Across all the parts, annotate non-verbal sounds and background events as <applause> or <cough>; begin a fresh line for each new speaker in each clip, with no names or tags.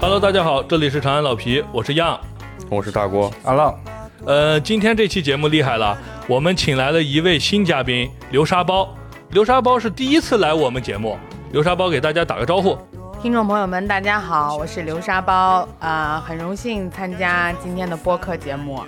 Hello，大家好，这里是长安老皮，我是样。
我是大郭，
阿浪，
呃，今天这期节目厉害了，我们请来了一位新嘉宾流沙包。流沙包是第一次来我们节目，流沙包给大家打个招呼。
听众朋友们，大家好，我是流沙包，啊、很荣幸参加今天的播客节目。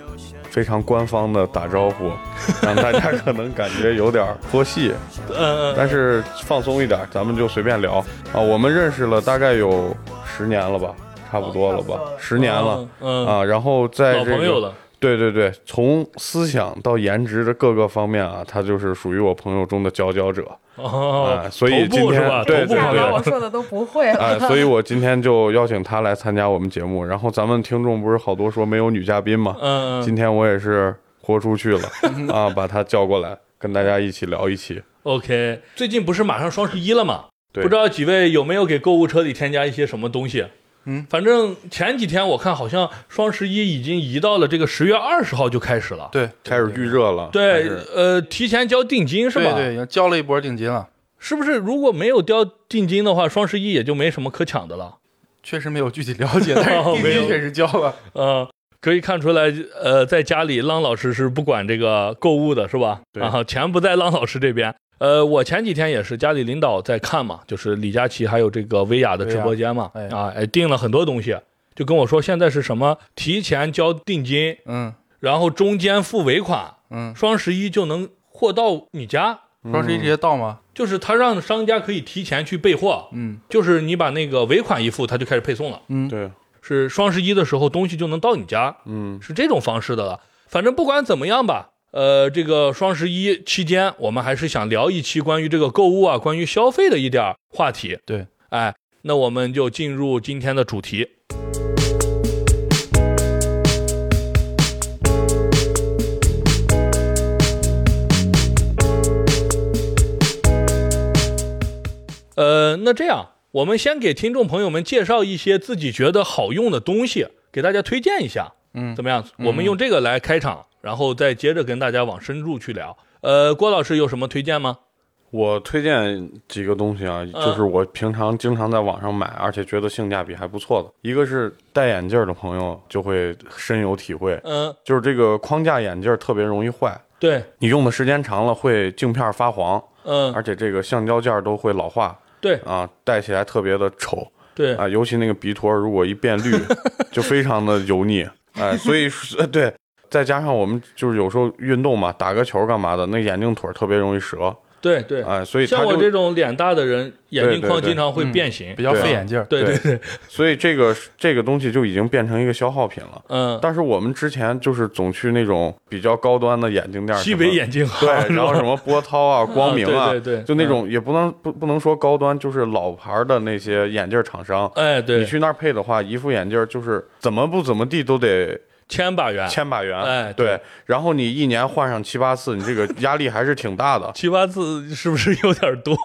非常官方的打招呼， <laughs> 让大家可能感觉有点脱戏，
呃，
但是放松一点，咱们就随便聊啊。我们认识了大概有十年了吧，差不多了
哦
吧，十年了
嗯，嗯，
啊。然后在
老
这
朋友
个
了，
对对对，从思想到颜值的各个方面啊，他就是属于我朋友中的佼佼者
哦
啊，。所以
头
今
部
天
是吧？
对
头部
对
下
朋
把
友
我说的都不会
<laughs>
<laughs>
了。
哎，所以我今天就邀请他来参加我们节目。然后咱们听众不是好多说没有女嘉宾吗？
嗯，嗯
今天我也是豁出去
<laughs>
了啊，把他叫过来跟大家一起聊一期。
OK，最近不是马上双十一了吗？
对
不知道几位有没有给购物车里添加一些什么东西？
嗯，
反正前几天我看好像双十一已经移到了这个十月二十号就开始了。
对，
开始预热了，开
对
始，
呃，提前交定金是吧？
对对，已经交了一波定金了，
是不是如果没有交定金的话，双十一也就没什么可抢的了？
确实没有具体了解，但是定
没有
金确实交了。
呃，可以看出来，呃，在家里浪老师是不管这个购物的，是吧？
对
然后钱不在浪老师这边。呃，我前几天也是家里领导在看嘛，就是李佳琦还有这个薇娅的直播间嘛，
薇娅哎
啊，哎，订了很多东西，就跟我说现在是什么提前交定金，
嗯
然后中间付尾款，
嗯，
双十一就能货到你家，
嗯
双十一直接到吗？
就是他让商家可以提前去备货，
嗯
就是你把那个尾款一付，他就开始配送了。
嗯，
对，
是双十一的时候东西就能到你家，
嗯，
是这种方式的了。反正不管怎么样吧，呃，这个双十一期间，我们还是想聊一期关于这个购物啊、关于消费的一点儿话题。
对，
哎，那我们就进入今天的主题。呃，那这样，我们先给听众朋友们介绍一些自己觉得好用的东西，给大家推荐一下，
嗯
怎么样？我们用这个来开
嗯
场，然后再接着跟大家往深入去聊。呃，郭老师有什么推荐吗？
我推荐几个东西啊，
嗯
就是我平常经常在网上买，而且觉得性价比还不错的。一个是戴眼镜的朋友就会深有体会，
嗯、
就是这个框架眼镜特别容易坏，
对，
你用的时间长了会镜片发黄，
嗯、
而且这个橡胶件儿都会老化
对
啊，戴起来特别的丑。
对，
<laughs> 啊，尤其那个鼻托儿如果一变绿，就非常的油腻，哎，所以说呃 <laughs> 对，再加上我们就是有时候运动嘛，打个球干嘛的，那眼镜腿儿特别容易折，
对对。
哎，所以
像
它
我这
就，
种脸大的人，眼镜框
对对对嗯
经常会变形。
比较
对
费眼镜儿。
对对对，
所以这个这个东西就已经变成一个消耗品了。
嗯，
但是我们之前就是总去那种比较高端的眼镜店儿什
西
么，
北眼镜啊行
对，
是吧
然后什么波涛
<laughs>
啊、光明啊，
对对对嗯
就那种也不能不不能说高端，就是老牌儿的那些眼镜儿厂商，
哎，
你
对，
去那儿配的话，一副眼镜儿就是怎么不怎么地都得
千把元，
千把元，
哎对，
对，然后你一年换上七八次，你这个压力还是挺大的
七八次是不是有点多？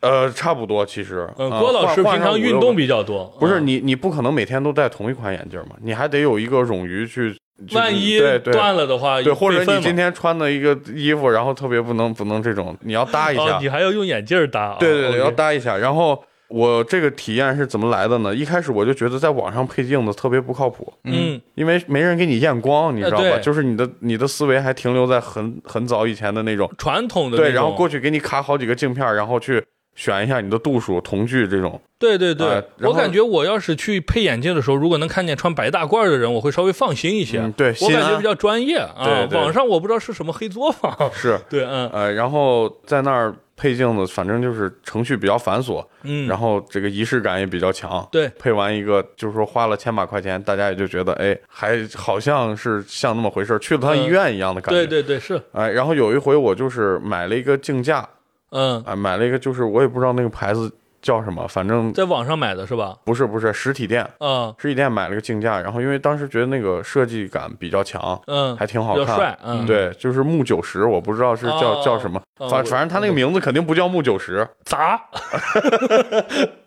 呃，差不多其实。
嗯，
啊
<laughs> 郭老师
换
平常运动比较多，
不是
嗯
你，你不可能每天都戴同一款眼镜嘛，你还得有一个冗余去，就是
万一
对对
断了的话，
对，或者
备份
你今
嘛
天穿的一个衣服，然后特别不能不能这种，你要搭一
哦
下，，
你还要用眼镜儿搭啊，
对对
OK
对，要搭一下。然后我这个体验是怎么来的呢？一开始我就觉得在网上配镜子特别不靠谱，
嗯，
因为没人给你验光，你知道
呃
吧？
对
就是你的你的思维还停留在很很早以前的那种。
传统的
对，
那
然后
种
过去给你卡好几个镜片儿，然后去选一下你的度数、瞳距这种。
对对对
哎，然
我
后
感觉我要是去配眼镜的时候，如果能看见穿白大褂儿的人，我会稍微放心一些，
嗯，对，
啊我
心
感觉
安
比较专业啊
对。对
网上我不知道是什么黑作坊， <laughs>
是
对，嗯
呃，然后在那儿配镜子，反正就是程序比较繁琐，
嗯，
<laughs> 然后这个仪式感也比较强。
对，
配完一个就是说花了千把块钱，大家也就觉得哎，还好像是像那么回事儿，去了趟医
嗯
院一样的感觉。
对对对是，
哎，然后有一回我就是买了一个镜架，
嗯，
啊，买了一个，就是我也不知道那个牌子叫什么，反正
在网上买的是吧？
不是不是实体店，
啊，
实体店买了个镜架，然后因为当时觉得那个设计感比较强，
嗯，
还挺好
比较
看。
帅，嗯，
对，就是木九十，我不知道是叫、
哦
叫什么，
哦
反
我
反正他那个名字肯定不叫木九十，
砸，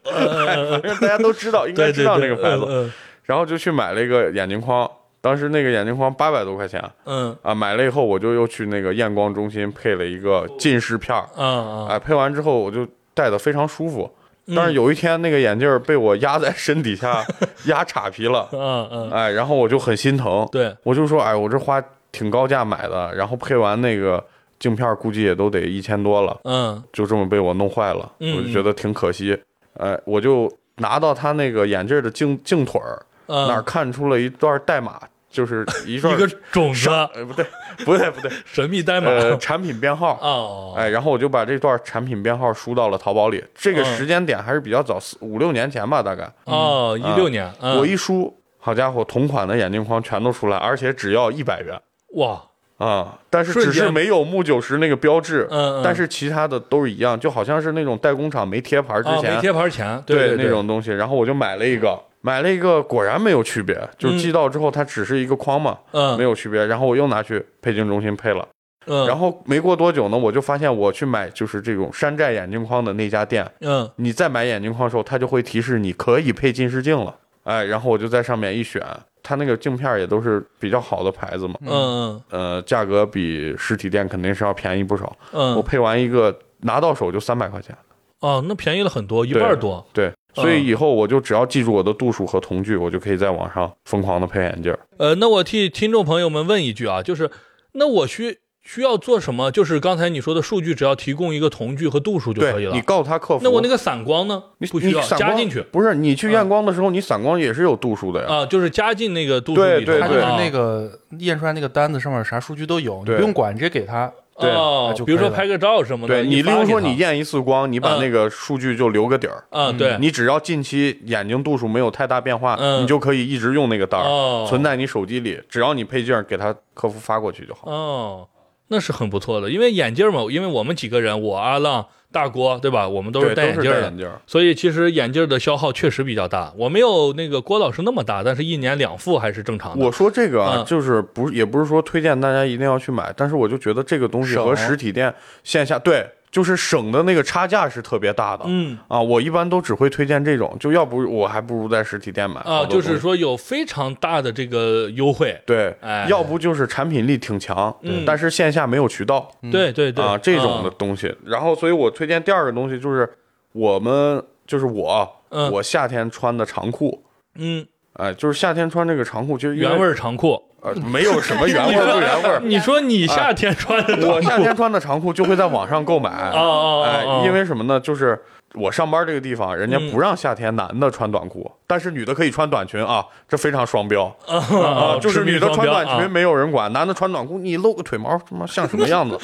呃
反正大家都知道，应该 <laughs>
对对
知道
嗯对，
这个牌子。
嗯，嗯
然后就去买了一个眼镜框，当时那个眼镜框八百多块钱
嗯
啊，买了以后我就又去那个验光中心配了一个近视片儿，
嗯嗯，
哎，配完之后我就戴的非常舒服。但是有一天那个眼镜儿被我压在身底
<laughs>
下压岔皮了，
嗯嗯，
哎，然后我就很心疼，
对，
我就说，哎，我这花挺高价买的，然后配完那个镜片儿估计也都得一千多了。
嗯
就这么被我弄坏了，
嗯
我就觉得挺可惜。哎，我就拿到他那个眼镜的镜镜腿儿、
嗯，
那儿看出了一段代码，就是
<laughs>
一段
一个种子，
呃不对不对不对，
神秘 <laughs> 代码。
呃产品编号。
哦，
哎，然后我就把这段产品编号输到了淘宝里。这个
嗯
时间点还是比较早，四五六年前吧，大概。
哦，一六年，嗯
啊我一输，好家伙，同款的眼镜框全都出来，而且只要一百元
哇，
啊！但是
瞬
只
间
是没有木九十那个标志，
嗯嗯
但是其他的都是一样，就好像是那种代工厂没贴牌之
啊，
前，
没贴牌钱，对
对那种东西。然后我就买了一个，买了一个，果然没有区别，就是寄到之后它只是一个框嘛，
嗯，
没有区别。然后我又拿去配镜中心配了，
嗯，
然
后
后没过多久呢，我就发现我去买就是这种山寨眼镜框的那家店，
嗯
你再买眼镜框的时候，它就会提示你可以配近视镜了。哎，然后我就在上面一选，它那个镜片也都是比较好的牌子嘛，
嗯嗯
呃，价格比实体店肯定是要便宜不少。我
嗯，
配完一个拿到手就三百块钱。
哦，那便宜了很多，一
对
半儿多，
对，所
嗯
以以后我就只要记住我的度数和瞳距，我就可以在网上疯狂的配眼镜儿。
呃，那我替听众朋友们问一句啊，就是那我需需要做什么？就是刚才你说的数据，只要提供一个瞳距和度数就可以
对
了
你。告诉他客服，
那我那个散光呢？
你
不需要
你散光
加进去
不是你去验光的时候，你散光也是有度数的呀。
啊，就是加进那个度数
对
里头。
对
他就是
啊
那个验出来那个单子上面啥数据都有，你
对
不用管，直接给他。
对
哦
那，啊就
比如
可以
说
了
拍个照什么的，
对你，
一
例
嗯发
如
给
说
他
你验一次光，你把
嗯
那个数据就留个底儿。
啊，对，
你只要近期眼睛度数没有太大变化，
嗯
你就可以一直用那个单儿
哦，
存在你手机里。只要你配镜儿给他客服发过去就好。
哦，那是很不错的，因为眼镜嘛，因为我们几个人，我阿浪、大郭，对吧？我们都
对，
是
都
戴
是
眼镜
戴
的
眼，镜儿。
所以其实眼镜的消耗确实比较大。我没有那个郭老师那么大，但是一年两副还是正常的。
我说这个啊
嗯，
就是不是也不是说推荐大家一定要去买，但是我就觉得这个东西
省
和实体店线下对，就是省的那个差价是特别大的。
嗯
啊，我一般都只会推荐这种，就要不我还不如在实体店买
啊，
好多
就
东西
是说有非常大的这个优惠。
对
哎，
要不就是产品力挺强，
嗯
但是线下没有渠道
对对嗯对
啊这种的，东西。然后，所以我推荐第二个东西就是我们就是我啊
嗯
我夏天穿的长裤。
嗯，
哎，就是夏天穿这个长裤，其
嗯
实因为
原味儿长裤。
呃没有什么原味儿不原
<laughs>
味儿，
你说你夏天穿的短
我夏
裤
天穿的长裤就会在网上购买，
<laughs> 哦哦
哎
哦，，
因为什么呢？就是我上班这个地方，人家
嗯
不让夏天男的穿短裤，但是女的可以穿短裙啊，这非常双标
啊
啊，就是女的穿短裙
啊
没有人管，男的穿短裤你露个腿毛，他妈像什么
<laughs>
样子？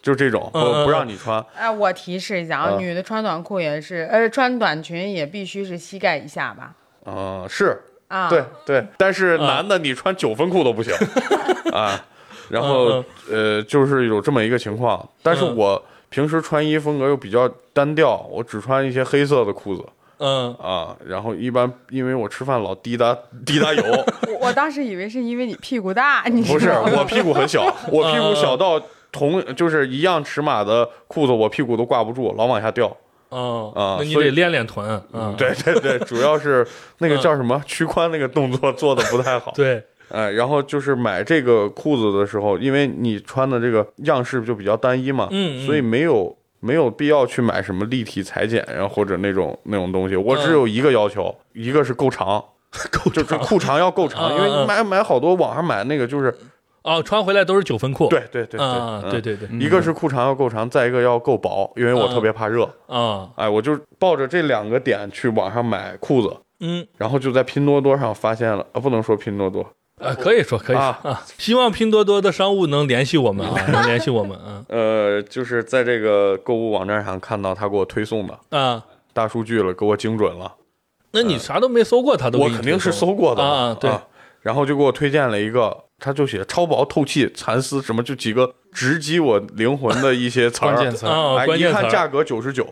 就这种
嗯嗯
不不让你穿，
<laughs> 哎、我提示一下啊，
啊
女的穿短裤也是，呃，穿短裙也必须是膝盖以下吧？
嗯，是
啊，
对，对，但是
啊
男的你穿九分裤都不
<laughs>
行啊。然
嗯
后呃，就是有这么一个情况，但是
嗯
我平时穿衣风格又比较单调，我只穿一些黑色的裤子。
嗯，
啊，然后一般因为我吃饭老滴答滴答油，
我我当时以为是因为你屁
<laughs>
股大，你
不
知
是
道吗
我屁股很小，我屁股小到同就是一样尺码的裤子，我屁股都挂不住，老往下掉。
哦
啊，
那你
所
得
以
练练臀，嗯，
对对对，主要是那个
嗯
叫什么屈髋那个动作做的不太好。
对，
哎，然后就是买这个裤子的时候，因为你穿的这个样式就比较单一嘛，
嗯嗯
所以没有没有必要去买什么立体裁剪呀，或者那种那种东西。我
嗯
只有一个要求，一个是
<laughs>
够长，够就就裤长要够长，因为
嗯嗯嗯
你买买好多网上买那个就是
哦，穿回来都是九分裤，
对对对
啊，
对
对
嗯
对对，
一个是裤长要够长，再一个要够薄，因为我
嗯
特别怕热，
啊，
哎，我就抱着这两个点去网上买裤子，
嗯，
然后就在拼多多上发现了，啊，不能说拼多多，
呃，可以说可以说
啊
啊，希望拼多多的商务能联系我们啊，能联系我们啊
呃，就是在这个购物网站上看到他给我推送的
<laughs> 啊，
大数据了，给我精准了，
那你啥都没搜过，他都
我
给你
肯定是
推送
搜过的
啊
嘛
啊对
然后就给我推荐了一个，他就写超薄、透气、蚕丝什么，就几个直击我灵魂的一些词儿。
关键词
啊，
哎，
关
一
键词
看
儿
价格九十九，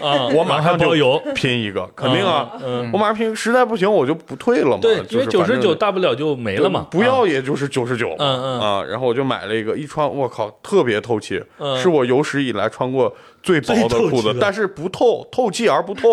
啊，
我马上
还
就
包邮，
拼一个，肯定啊，
嗯，
我马上拼，实在不行我就不退了嘛。
对，因
就
为
是
九
反
十
正
九大不了就没了嘛，啊
不要也就是九十九，
嗯嗯
啊，然后我就买了一个，一穿我靠，特别透气，
嗯
是我有史以来穿过最薄
最透
裤
气
子
的，
但是不透，透气而不透，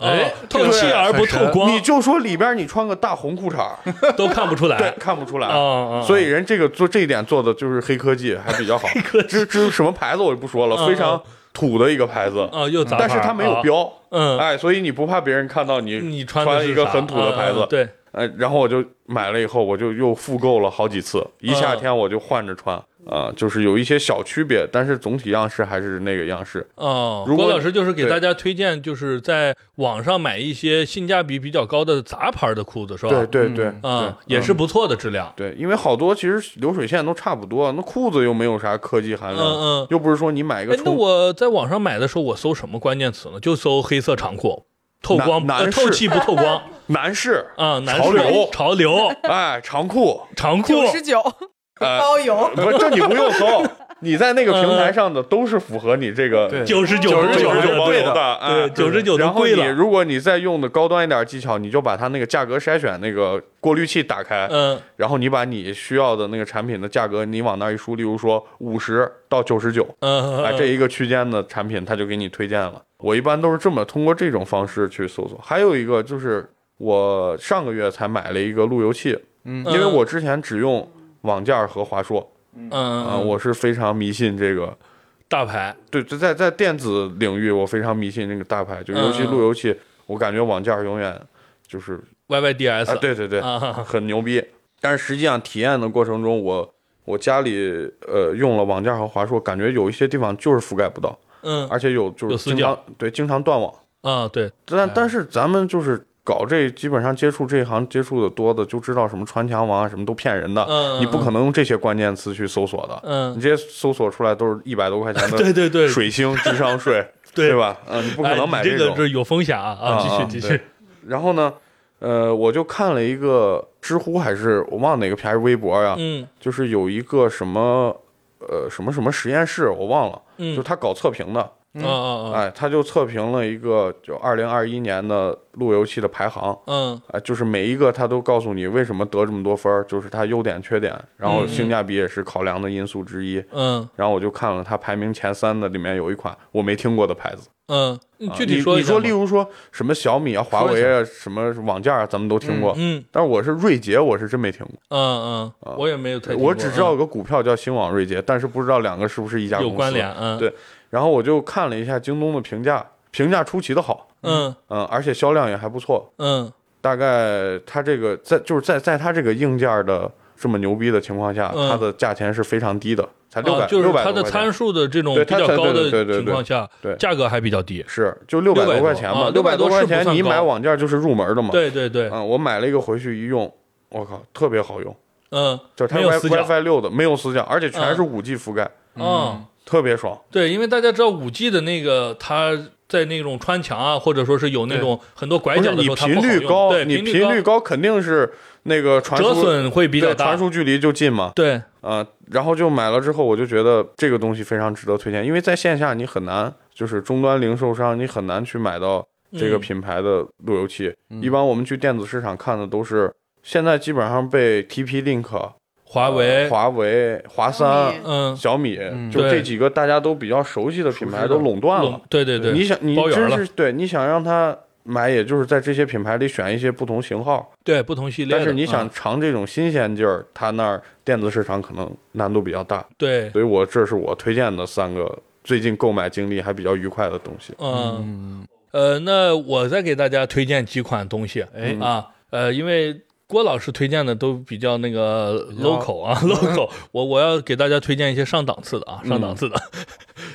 哎，透气
对
而不透 <laughs> 光哎
你就说里边你穿个大红裤衩儿，
都看不出
对
来，。
看不出来。
嗯嗯
所以人这个做这一点做的就是黑科技，还比
<laughs>
较好。这这是什么牌子我就不说了，
嗯
非常土的一个牌子，
啊，又杂牌
但
儿，
是它没有
啊，
标，
嗯，
哎，所以你不怕别人看到你
你穿
穿
的
了
是
一个
啥
很土的牌
嗯嗯
子
嗯，对，
呃，然后我就买了以后，我就又复购了好几次，一
嗯
夏天我就换着穿啊、就是有一些小区别，但是总体样式还是那个样式。
哦，
如
郭
果
老师就是给
对
大家推荐，就是在网上买一些性价比比较高的杂牌儿的裤子，是吧？
对对对、
嗯
啊，
对
也是不错的质量。
对，因为好多其实流水线都差不多，那裤子又没有啥科技含
嗯
量，
嗯。
又不是说你买一个
哎，那
冲
我在网上买的时候，我搜什么关键词呢？就搜黑色长裤，透光
男
呃
男士
透气不透
<laughs>
光
男士，
啊，男
潮
士
流
潮流
哎，长裤，
长裤
九十九
呃
<laughs> 包邮，
不是，这你
<laughs>
不用搜，你在那个平
嗯
台上的都是符合你这个
对
九十九
九
九
九
十
九
九
包
对
邮
的，
的，哎
对99
然
都
后
贵
你
了
如果你再用的高端一点技巧，你就把它那个价格筛选那个过滤器打开，
嗯
然后你把你需要的那个产品的价格，你往那儿一输，例如说五十到九十九，
嗯，
哎，
嗯
这一个区间的产品，它就给你推荐了。我一般都是这么通过这种方式去搜索。还有一个就是我上个月才买了一个路由器，
嗯
因为我之前只用网件儿和华硕，
嗯
啊，
嗯
我是非常迷信这个。
大牌
对，就在在电子领域，我非常迷信那个大牌，就尤其
嗯嗯
路由器，我感觉网件儿永远就是啊，
YYDS
对对对，
啊，
<laughs> 很牛逼。但是实际上体验的过程中，我我家里呃用了网件儿和华硕，感觉有一些地方就是覆盖不到，
嗯
而且有就
有
是
死
经
角
常对经常断网。
啊对，
但但是咱们就是搞这基本上接触这一行接触的多的，就知道什么穿墙王啊，什么都骗人的，
嗯
你不可
能
能用这些关键词去搜索的。你
嗯，
这些搜索出来都是一百多块钱的
<laughs> 对对对，
水星智商税，
<laughs> 对
对吧？嗯，你不可
哎
能
你
买
这
种
个。这有风险啊啊，
啊
继续继
啊
续
对，然后呢，呃，我就看了一个知乎还是我忘了哪个平台微博呀，
嗯
就是有一个什么呃什么什么实验室，我忘了，
嗯
就他搞测评的，
啊啊啊，
哎，他就测评了一个就二零二一年的路由器的排行。
嗯
啊，就是每一个他都告诉你为什么得这么多分儿，就是它优点缺点，然后
嗯
性价比也是考量的因素之一。
嗯
然后我就看了它排名前三的里面有一款我没听过的牌子，
嗯，你具体
说
说一
啊你
下吧
例如说什么小米啊、华为啊、什么网件啊，咱们都听过。
嗯
但是我是瑞捷，我是真没听过，
嗯嗯，我也没有太听过，
啊我只知道有个股票叫新网瑞捷，但是不知道两个是不是一家
嗯
公
有
司。
关联，。嗯
对然后我就看了一下京东的评价，评价出奇的好，
嗯
嗯，而且销量也还不错。
嗯
大概它这个在就是在在它这个硬件的这么牛逼的情况下，
嗯
它的价钱是非常低的，才六
啊，
百
就是
六百
它
多
的
块钱
参。数的这种
对
比
它
较
参
高
对对
的
对对
情况下
对，
价格还比较低，
是，就六
600
多
多
块钱吧
啊，
六百
600
块
是不
钱，
算
你
高
买网件就是入门的嘛。
对对对，
嗯，我买了一个回去一用，我靠，特别好用，
嗯，
就是它
没有
Wi
死角
WiFi 六的，没有死角，而且全是
嗯
五 G 覆盖，
嗯。
特别爽。
对，因为大家知道五 G 的那个，它在那种穿墙啊，或者说是有那种很多拐
不是
角的
你
时候，它
频
不好
率
用
高，
对
你
频率
频率高肯定是那个传
折
输
损会比较
对
大
传。输距离就近嘛，
对，
啊，然后就买了之后，我就觉得这个东西非常值得推荐，因为在线下你很难，就是终端零售商你很难去买到这个
嗯
品牌的路由器。
嗯
一般我们去电子市场看的都是现在基本上被 TP Link、呃
华为，
华为、华
小
三
米。
嗯，
小米，
嗯
就这
对
几个大家都比较熟悉的品牌都垄断了
嗯垄。对对
啊你
对
想，你
包圆
真
了
是对，你想让他买，也就是在这些品牌里选一些不同型号。
对，不同系列
但
的。
是你
嗯
想尝这种新鲜劲儿，他那儿电子市场可能难度比较大。
对，
所以我这是我推荐的三个最近购买经历还比较愉快的东西。
嗯
嗯，
呃，那我再给大家推荐几款东西
哎，
啊，呃，因为。郭老师推荐的都比较那个
比较
local 啊，local，我我要给大家推荐一些上档次的啊，上
嗯
档次的，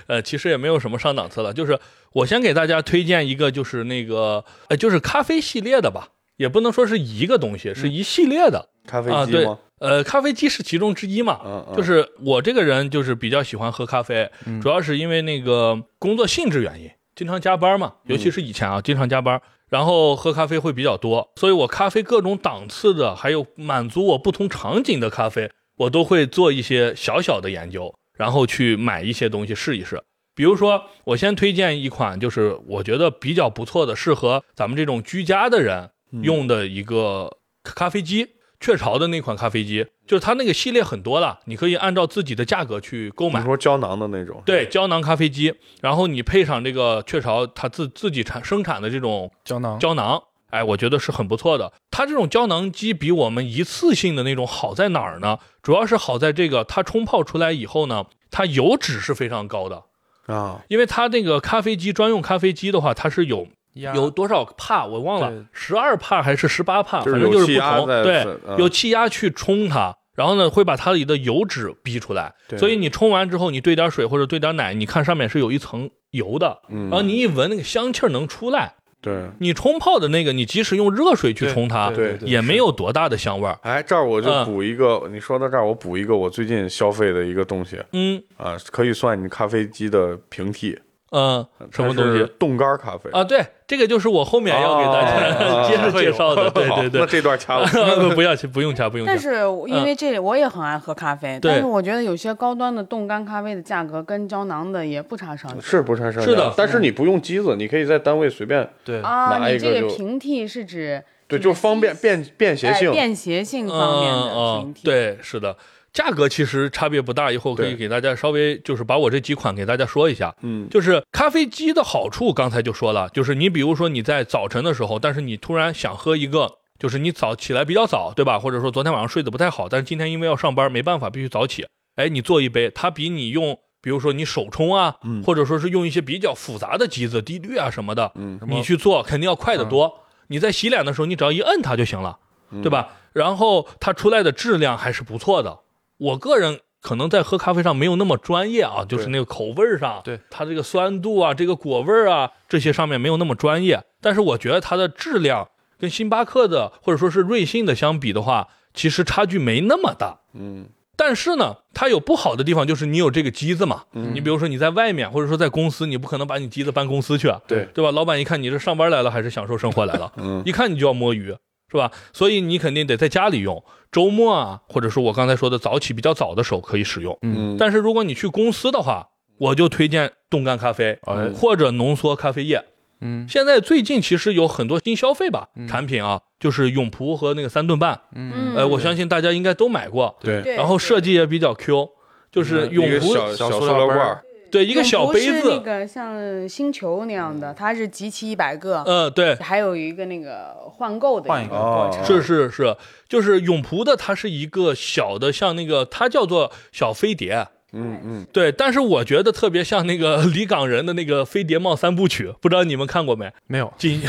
呃，其实也没有什么上档次了，就是我先给大家推荐一个，就是那个呃，就是咖啡系列的吧，也不能说是一个东西，
嗯
是一系列的。
咖啡
啊
机
对
吗？
呃，咖啡机是其中之一嘛，
嗯嗯
就是我这个人就是比较喜欢喝咖啡，主要是因为那个工作性质原因，经常加班嘛，尤其是以前啊，经常加班，然后喝咖啡会比较多，所以我咖啡各种档次的，还有满足我不同场景的咖啡，我都会做一些小小的研究，然后去买一些东西试一试。比如说，我先推荐一款，就是我觉得比较
嗯
不错的，适合咱们这种居家的人用的一个咖啡机，雀巢的那款咖啡机，就是它那个系列很多了，你可以按照自己的价格去购
嗯你
买。
说胶囊的那种，
对，，胶囊咖啡机，然后你配上这个雀巢它自自己产生产的这种
胶囊
胶囊，哎，我觉得是很不错的。它这种胶囊机比我们一次性的那种好在哪儿呢？主要是好在这个它冲泡出来以后呢，它油脂是非常高的，
啊，
因为它那个咖啡机专用咖啡机的话，它是有
压
有多少帕我忘了
对，
十二帕还是十八帕，
就是
啊反正就是
有
不
气压
同，
在
对
此，嗯
有气压去冲它。然后呢，会把它里的油脂逼出来，
对
所以你冲完之后，你兑点水或者兑点奶，你看上面是有一层油的，
嗯
然后啊你一闻那个香气儿能出来。
对，
你冲泡的那个，你即使用热水去冲它，
对
也没有多大的香味儿。
哎，这儿我就
嗯
补一个，你说到这儿，我补一个我最近消费的一个东西
嗯
啊，可以算你咖啡机的平替，
嗯、什么
它
东
是
西
冻干咖啡。
啊？对，这个就是我后面要给大
哦
家 <laughs> 接着介绍
<laughs>
的。对
好
对对。
那，这段掐了
<laughs> 不不要去，不用掐，不用掐
但。是我因为这我也很爱喝咖啡，
对
但是我觉得有些高端的冻干咖啡的价格跟胶囊的也不差上去
是不是
是的
但是你不用机子，你可以在单位随便，
对
啊。
拿一
你
个
这
就
个平替是指
对，就方便便便携
哎
性。
便携性
嗯
方面的
嗯
平，替，
对，是的，价格其实差别不大。以后可以
对
给大家稍微就是把我这几款给大家说一下。
嗯，
就是咖啡机的好处，刚才就说了，就是你比如说你在早晨的时候，但是你突然想喝一个，就是你早起来比较早，对吧？或者说昨天晚上睡得不太好，但是今天因为要上班，没办法必须早起，哎，你做一杯，它比你用，比如说你手冲啊，
嗯
或者说是用一些比较复杂的机子，滴滤啊什么的，
嗯
你去做肯定要快得多。你在洗脸的时候，你只要一摁它就行了，对吧？然后它出来的质量还是不错的。我个人可能在喝咖啡上没有那么专业啊，就是那个口味儿上，
对
它这个酸度啊、这个果味儿啊这些上面没有那么专业，但是我觉得它的质量跟星巴克的或者说是瑞幸的相比的话，其实差距没那么大。
嗯
但是呢，它有不好的地方，就是你有这个机子嘛，
嗯
你比如说你在外面，或者说在公司，你不可能把你机子搬公司去，啊
对
对吧？老板一看你是上班来了还是享受生活来了，
嗯
一看你就要摸鱼，是吧？所以你肯定得在家里用，周末啊，或者说我刚才说的早起比较早的时候可以使用。
嗯，
但是如果你去公司的话，我就推荐冻干咖啡
哎
或者浓缩咖啡液。
嗯
现在最近其实有很多新消费吧产品啊，就是永璞和那个三顿半，
嗯，
呃，我相信大家应该都买过。
对，
对
然后设计也比较 Q，就是
嗯
永
一个
璞
小
小
塑
塑料
料
杯儿
罐儿，
对一个小
永璞
杯
是那
子，
个像星球那样的，它是集齐一百个，
呃，对，
还有一个那个换购的
换一个
哦
过程
是是是，就是永璞的，它是一个小的，像那个它叫做小飞碟，
嗯嗯，
对，但是我觉得特别像那个李港人的那个《飞碟帽三部曲》，不知道你们看过没？
没有
锦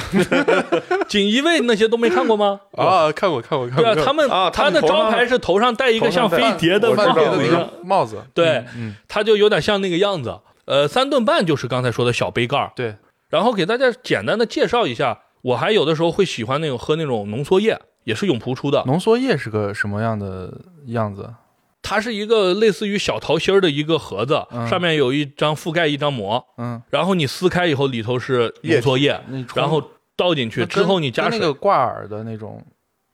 锦衣卫那些都没看过
<laughs>
吗？
啊？看过看过看
对
过
啊，，他们
啊他
他
们
的
头
招
上
牌是头上戴一个
头上
像飞
戴啊
碟的
我知
帽
范
道
别的
子
那
一样，
个帽子，
对，
嗯，
他就有点像那个样子。呃，三顿半就是刚才说的小杯盖儿，
对，
然后给大家简单的介绍一下，我还有的时候会喜欢那种喝那种浓缩液，也是永璞出的，
浓缩液是个什么样的样子？
它是一个类似于小桃心儿的一个盒子，
嗯
上面有一张覆盖一张膜，
嗯，
然后你撕开以后里头是浓缩液，
你冲
然后倒进去
那
之后
跟
你加
跟
水、
那个挂耳的那种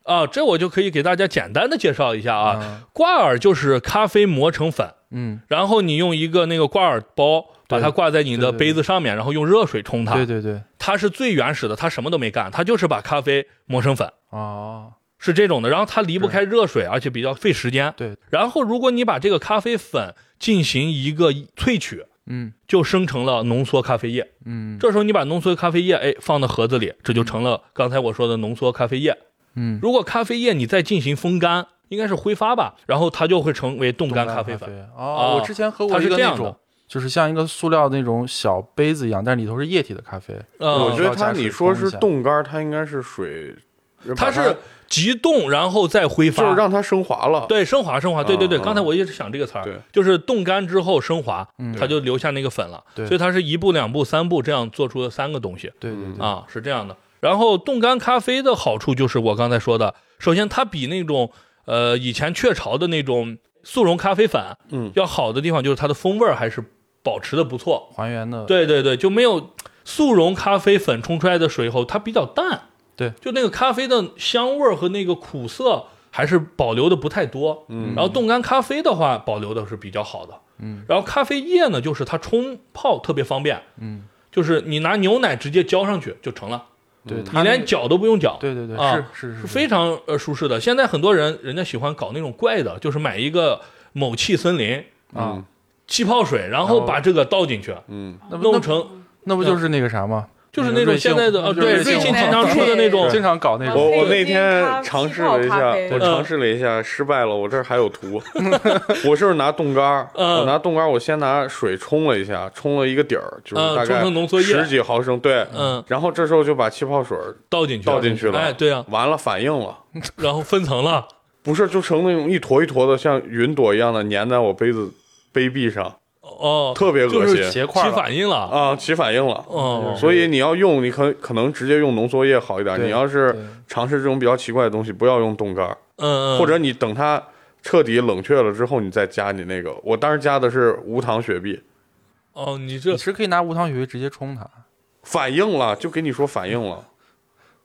啊，这我就可以给大家简单的介绍一下啊，
啊，
挂耳就是咖啡磨成粉，
嗯，
然后你用一个那个挂耳包。把
对
它挂在你的
对对对
杯子上面，然后用热水冲它。
对对对，
它是最原始的，它什么都没干，它就是把咖啡磨成粉。
哦，
是这种的，然后它离不开热水，而且比较费时间。
对，
然后如果你把这个咖啡粉进行一个萃取，
嗯
就生成了浓缩咖啡液。
嗯
这时候你把浓缩咖啡液，哎，放到盒子里，这就成了刚才我说的浓缩咖啡液。
嗯，
如果咖啡液你再进行风干，应该是挥发吧，然后它就会成为冻
冻
干
咖
咖啡粉。啊
哦，我之前喝过
它是
一个
这
那
样的
种，就是像一个塑料那种小杯子一样，但是里头是液体的咖啡。
呃，
我觉得它
加水
你说
冲一
是
下
冻干儿，它应该是水，
它
把
是急冻然后再挥发，
就是让它升华了。
对，升华升华，对对对，
嗯嗯
刚才我一直想这个词儿，
对
就是冻干之后升华，
嗯
它就留下那个粉了，
对
所以它是一步两步三步这样做出的三个东西
对对
嗯
对，
啊，是这样的。然后冻干咖啡的好处就是我刚才说的，首先它比那种呃以前雀巢的那种速溶咖啡粉，
嗯，
要好的地方就是它的风味儿还是保持的不错，
还原的，
对对对，就没有速溶咖啡粉冲出来的水以后，它比较淡，
对，
就那个咖啡的香味儿和那个苦涩还是保留的不太多。
嗯
然后冻干咖啡的话，保留的是比较好的。
嗯，
然后咖啡液呢，就是它冲泡特别方便，
嗯，
就是你拿牛奶直接浇上去就成了。
对，
你
它那
连搅都不用搅，
对对对，
啊
是是
是
是
非常呃舒适的。现在很多人人家喜欢搞那种怪的，就是买一个某气森林
啊，
气泡水，然后把这个倒进去，
嗯，
那不
弄
那
成嗯
那不就是那个啥吗？
就是那种
瑞幸
现在的呃，
就是
对，
瑞幸
瑞幸
嘛
经常出的那种
对
经常搞那
我
种，
我那
黑金咖
天
啡
尝试了一
嗯
下，
气泡咖啡
我尝试了一下，失败了。我这儿还有图， <laughs> 我是不是拿冻干儿？
嗯
我拿冻干儿，我先拿水冲了一下，冲了一个底儿，就是
嗯
大
冲
概
成浓缩液
十几毫升，对，
嗯。
然后这时候就把气泡水儿
倒进去，
倒进去了
哎，对啊，
完了反应了，
然后分层了，
不是就成那种一坨一坨的，像云朵一样的粘在我杯子杯壁上，
哦，
特别恶
就是
心
斜
起
块了
反应了，
啊，起反应了。
哦，
所以你要用，你可可能直接用浓缩液好一点。
对
你要是
对
尝试这种比较奇怪的东西，不要用冻干儿。
嗯，嗯
或者你等它彻底冷却了之后，你再加你那个。我当时加的是无糖雪碧，
哦，你
你
<laughs>
这
是可以拿无糖雪碧直接冲它。
反应了就给你说反应了，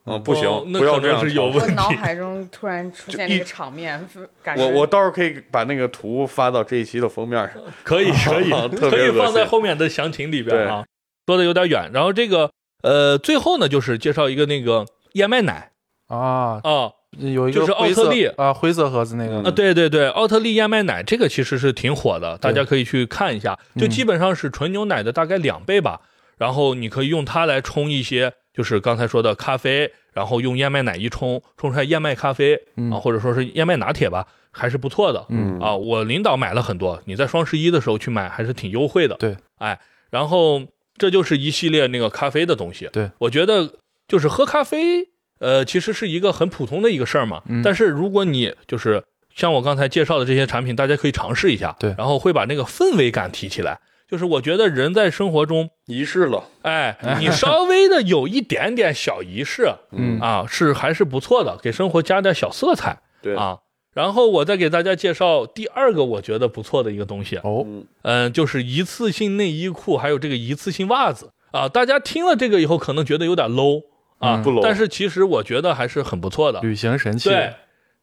嗯，不行，
哦那
不要
可能
这样
是有
尝试
问
我
题
脑海中突然出现
就一
这个场面，感觉
我我倒是可以把那个图发到这一期的封面上。
可以可 <laughs> 以
特别
可以
恶心
放在后面的详情里边啊，说的有点远。然后这个呃，最后呢就是介绍一个那个燕麦奶
啊，
啊
有一
就
个
是奥
灰
特
色
利
啊，灰色盒子那
啊，
个，
对对对，奥特利燕麦奶这个其实是挺火的，大
对
家可以去看一下，就
嗯
基本上是纯牛奶的大概两倍吧。然后你可以用它来冲一些，就是刚才说的咖啡，然后用燕麦奶一冲，冲出来燕麦咖啡
嗯
啊，或者说是燕麦拿铁吧，还是不错的。
嗯
啊，我领导买了很多，你在双十一的时候去买还是挺优惠的。
对，
哎，然后这就是一系列那个咖啡的东西。
对，
我觉得就是喝咖啡，呃，其实是一个很普通的一个事儿嘛。
嗯
但是如果你就是像我刚才介绍的这些产品，大家可以尝试一下。
对
然后会把那个氛围感提起来。就是我觉得人在生活中，
仪式了，
<laughs>
哎，你稍微的有一点点小仪式，
嗯
啊，是还是不错的，给生活加点小色彩。
对，
啊。然后我再给大家介绍第二个我觉得不错的一个东西，
哦，
嗯、就是一次性内衣裤，还有这个一次性袜子啊。大家听了这个以后，可能觉得有点 low 啊，
嗯
不 low
但是其实我觉得还是很不错的。
旅行神器，
对，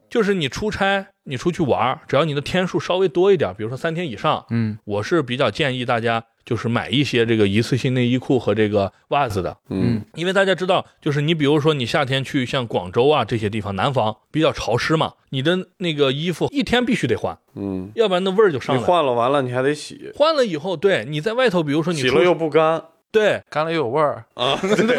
就是你出差，你出去玩儿，只要你的天数稍微多一点，比如说三天以上，
嗯，
我是比较建议大家就是买一些这个一次性内衣裤和这个袜子的。
嗯
因为大家知道，就是你比如说你夏天去像广州啊这些地方，南方比较潮湿嘛，你的那个衣服一天必须得换，
嗯，
要不然那味儿就上
你
来了。
换了完了你还得洗，
换了以后，对你在外头，比如说你
洗
出
了又不干
对
干了又有味儿，
<laughs>
啊， <laughs> 对，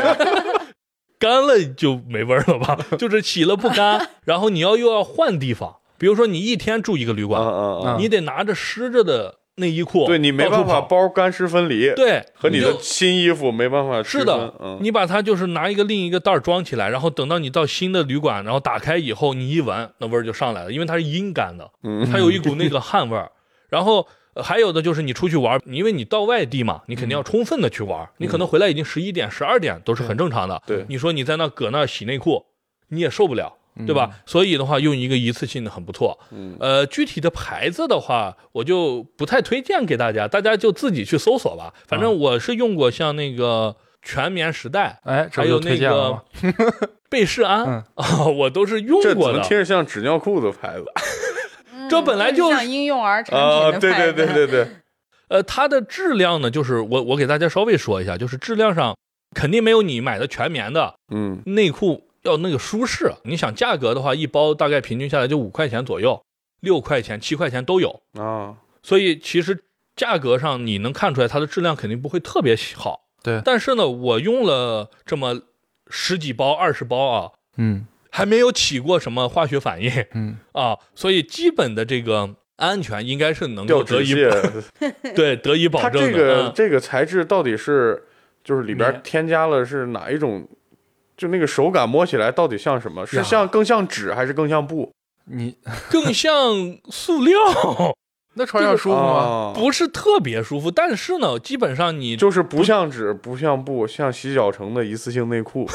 干了就没味儿了吧？ <laughs> 就是洗了不干，然后你要又要换地方，比如说你一天住一个旅
啊
馆，
啊啊，
嗯
你得拿着湿着的内衣裤，
对你没办法，包干湿分离，
对，
和你
就
的新衣服没办法区
是
分，
的，
嗯，
你把它就是拿一个另一个袋儿装起来，然后等到你到新的旅馆，然后打开以后，你一闻，那味儿就上来了，因为它是阴干的，
嗯
它有一股那个汗味儿。然后、呃还有的就是你出去玩儿，因为你到外地嘛，你肯定要充分的去玩儿，你可能回来已经十一点、十二点都是很正常的。
嗯对
你说你在那搁那洗内裤，你也受不了。
嗯
对吧？所以的话，用一个一次性的很不错。
嗯
呃，具体的牌子的话，我就不太推荐给大家，大家就自己去搜索吧。反
啊
正我是用过像那个全棉时代、
哎，
还
这不
有
就
那
推荐了
个
吗？
贝氏安啊 <laughs>
嗯、
我都是用
这怎
过
么
的。
听着像纸尿裤的牌子
嗯
这本来就是
像婴幼儿产
啊？
品
对
的
对对
牌 <laughs>
对
子，
对，
呃，它的质量呢，就是我我给大家稍微说一下，就是质量上肯定没有你买的全棉的
嗯
内裤要那个舒适。你想价格的话，一包大概平均下来就五块钱左右，六块钱、七块钱都有。
啊，
所以其实价格上你能看出来它的质量肯定不会特别好。
对
但是呢，我用了这么十几包、二十包啊，
嗯
还没有起过什么化学反应
嗯，
啊，所以基本的这个安全应该是能
掉
够得
纸
以
屑，
对得以保
它
证的。
这个
嗯
这个材质到底是就是里边
棉
添加了是哪一种？就那个手感摸起来到底像什么？
呀
是像更像纸还是更像布？
你
更像塑料，
那穿上舒服
啊，
吗？
<laughs> 不是特别舒服，但是呢，基本上你
就是不像纸，不像布，像洗脚城的一次性内
<laughs>
裤，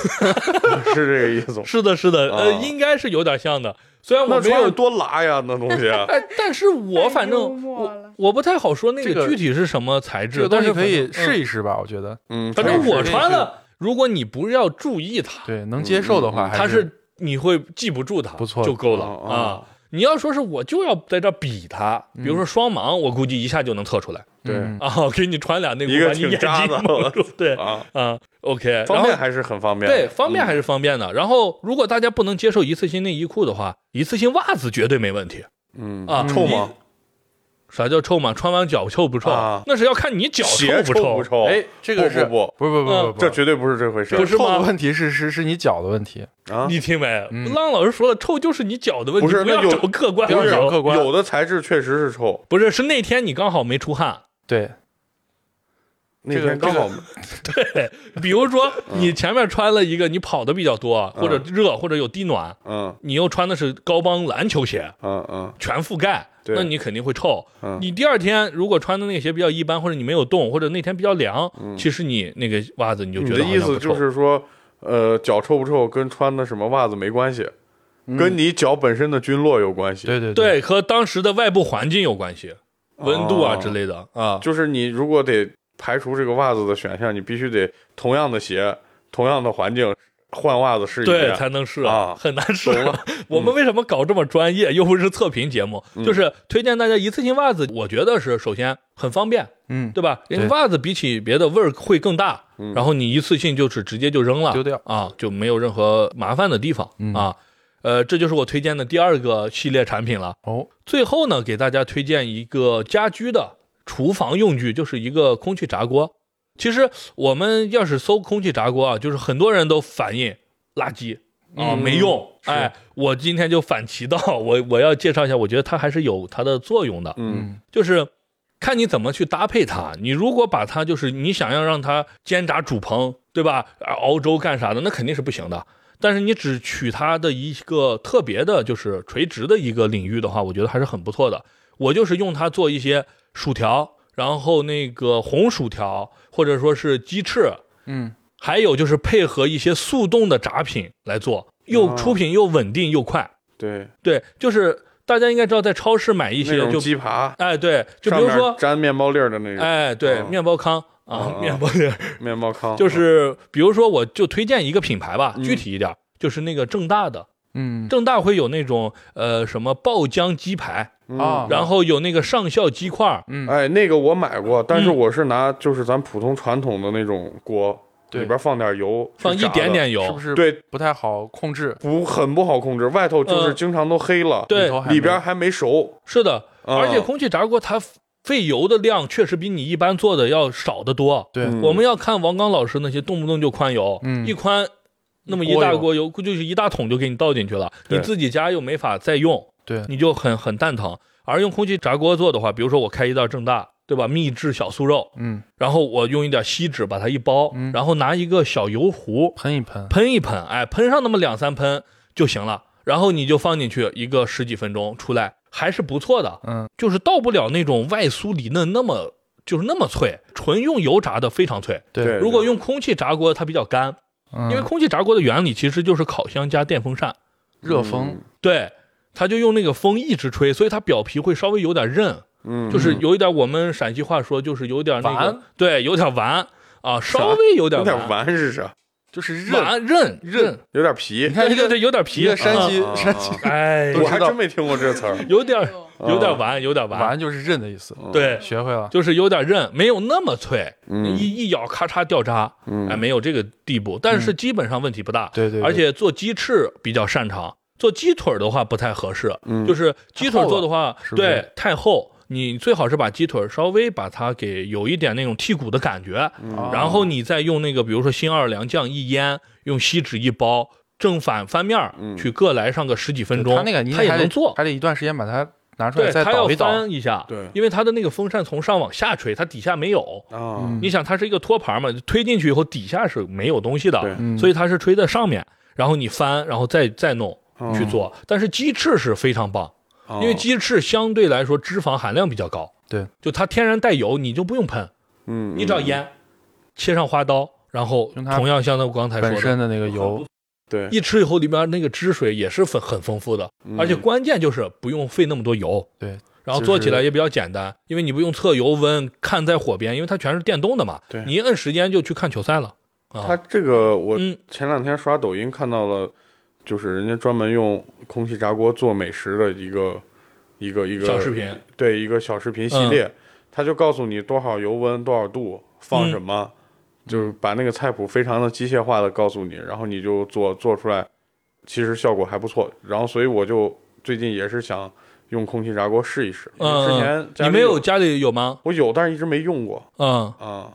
是这个意思吗。
是的，是的，呃，
啊
应该是有点像的。虽 <laughs> 然我
那
没
穿
有
着多拉呀，那东西。啊
<laughs> 哎，但是我反
太幽
正
默
我
了
我不太好说那
这
个
个
具体是什么材
这
质，
个东西可以
但是
试一试吧，我觉得，
嗯，
嗯反正反
可以
正我
试
穿了，如果你不要注意它，
对，能接受的话，
它
是
是你会记不住它，
不错
就够
够
了啊。。你要说是我就要在这儿比它，比如说双盲，我估计一下就能测出来
对
嗯
啊，我给你穿俩内裤，
一个
把你
挺
眼
渣
睛
的
蒙住，对啊
啊，
，OK，
方
然后
便还是很方便的，
对，方便还是方便的。然后，如果大家不能接受一次性内衣裤的话，一次性袜子绝对没问题
嗯
啊。
臭吗？
啥叫臭嘛？穿完脚臭不臭？
啊
那是要看你脚
鞋
不
臭不臭？
哎，这个是
不
不不不不
嗯
不，
这绝对不是这回事
不是
臭
吗
的问题是是是你脚的问题，
啊！
你听没？
嗯
浪老师说了，臭就是你脚的问题，
不是那
要
有
找客观
不
理
要找
由。
客观
有的材质确实是臭，
不是，是那天你刚好没出汗。
对，
那
这个
天刚好
比如说，
嗯
你前面穿了一个，你跑的比较多，或者热，或者有地暖，
嗯
你又穿的是高帮篮球鞋，
嗯嗯
全覆盖，
对
那你肯定会臭。
嗯
你第二天如果穿的那个鞋比较一般，或者你没有动，或者那天比较凉，其实你那个袜子你就
嗯你
觉
的
得好
意
像
思
不臭
就是说，呃，脚臭不臭跟穿的什么袜子没关系，跟你脚本身的菌落有关系。
对
嗯
对对，
对，和当时的外部环境有关系，温度啊
哦
之类的啊。
就是你如果得排除这个袜子的选项，你必须得同样的鞋、同样的环境换袜子试一
对，
遍。
才能试
啊
很难试
懂了。
<laughs>
嗯
我们为什么搞这么专业，又不是测评节目？就是推荐大家一次性袜子，我觉得是首先很方便，
嗯，
对吧？人
对嗯
家袜子比起别的味儿会更大，然后你一次性就是直接就扔了，
丢掉嗯
啊，就没有任何麻烦的地方、啊。呃，这就是我推荐的第二个系列产品了。
哦，
最后呢，给大家推荐一个家居的厨房用具，就是一个空气炸锅。其实我们要是搜空气炸锅啊，就是很多人都反映垃圾啊、
嗯
没用。哎，我今天就反其道，我我要介绍一下，我觉得它还是有它的作用的。
嗯
就是看你怎么去搭配它。你如果把它就是你想要让它煎炸煮烹，对吧？啊熬粥干啥的，那肯定是不行的。但是你只取它的一个特别的，就是垂直的一个领域的话，我觉得还是很不错的。我就是用它做一些薯条，然后那个红薯条，或者说是鸡翅，
嗯，
还有就是配合一些速冻的炸品来做，又
哦
出品又稳定又快。
对，
对，就是大家应该知道，在超市买一
那
些
种
就
鸡扒，
哎对，就比
上
如
面
说
粘面包粒儿的那种
哎，对，
嗯
面包糠啊
嗯，嗯
面
<laughs>
包粒儿，
面包糠，
就是比如说，我就推荐一个品牌吧，具体一点儿，就是那个正大的，
嗯
正大会有那种呃什么爆浆鸡排，
嗯
啊
然后有那个上校鸡块儿，
嗯，
哎，那个我买过，
嗯
但是我是拿就是咱普通传统的那种锅，
对
里边放点油，
放
去
一
炸
点
的，
点
是不
油，
是
对，
不太好控制？
不很不好控制，外头就是
嗯
经常都黑了，
对
里头还
里
没
边还没熟，
是的，
啊
嗯
而且空气炸锅它费油的量确实比你一般做的要少得多。
对
嗯
我们要看王刚老师那些动不动就宽油，
嗯
一宽那么一
锅
大
油
锅油，估计就是一大桶就给你倒进去了，你
对
自己家又没法再用，
对，
你就很很蛋疼。而用空气炸锅做的话，比如说我开一袋正大，对吧？秘制小酥肉，
嗯，
然后我用一点锡纸把它一包，
嗯
然后拿一个小油壶
喷一喷，
喷一喷，哎，喷上那么两三喷就行了。然后你就放进去一个十几分钟，出来还是不错的，
嗯，
就是到不了那种外酥里嫩那么就是那么脆，纯用油炸的非常脆。
对
如果用空气炸锅，它比较干，
嗯
因为空气炸锅的原理其实就是烤箱加电风扇。
热风
嗯，
对，它就用那个风一直吹，所以它表皮会稍微有点韧，
嗯，
就是有一点我们陕西话说就是有点那个
顽，
对，有点顽啊，稍微有点
有点
顽，
顽是啥？
就是热。
顽韧韧，
有点皮
你，看
对
一
对
个
对，有点皮
一，个山西
啊啊
山西
啊
哎，
我还
知道
真没听过这词儿。
有
哎
点
嗯
有点顽，有点顽，
哦完就是韧的意思，
<laughs> 对，
学会了。
就是有点韧，没有那么脆，
嗯
一一咬咔嚓掉渣，哎，
嗯，
没有这个地步，但是基本上问题不大，
嗯对对对
而且做鸡翅比较擅长，做鸡腿儿的话不太合适，
嗯
就是鸡腿儿做的话，
是不是
对太厚，你最好是把鸡腿儿稍微把它给有一点那种剔骨的感觉，
嗯哦
啊
然后你再用那个比如说新奥尔良酱一腌，用锡纸一包。正反翻面儿
嗯
去各来上个十几分钟，
他那个你
它也
还得
能做，
还得一段时间把它拿出来
对，
再
它要
倒一倒。
翻一下，
对
因为它的那个风扇从上往下吹，它底下没有，
啊
嗯，
你想它是一个托盘嘛，推进去以后底下是没有东西的，
对
嗯
所以它是吹在上面，然后你翻，然后再再弄
嗯
去做。但是鸡翅是非常棒，
啊
因为鸡翅相对来说脂肪含量比较高，
对，
就它天然带油，你就不用喷，
嗯，
你只要
嗯
腌，切上花刀，然后
用它
同样像我刚才
本
说的。
身的那个油，
对，
一吃以后，里边那个汁水也是很很丰富的，
嗯
而且关键就是不用费那么多油，
对，
然后
就
做起
是
来也比较简单，因为你不用测油温，看在火边，因为它全是电动的嘛，
对
你一摁时间就去看球赛了。啊
它这个我
嗯
前两天刷抖音看到了就是人家专门用空气炸锅做美食的一个一个一个
小视频，嗯
对，一个小视频系列，他就告诉你多少油温、多少度放什
嗯
么，就是把那个菜谱非常的机械化的告诉你，然后你就做做出来，其实效果还不错。然后所以我就最近也是想用空气炸锅试一试，因为之前
嗯，
家
你
里
没有，家里有吗？
我有，但是一直没用过
嗯，
啊。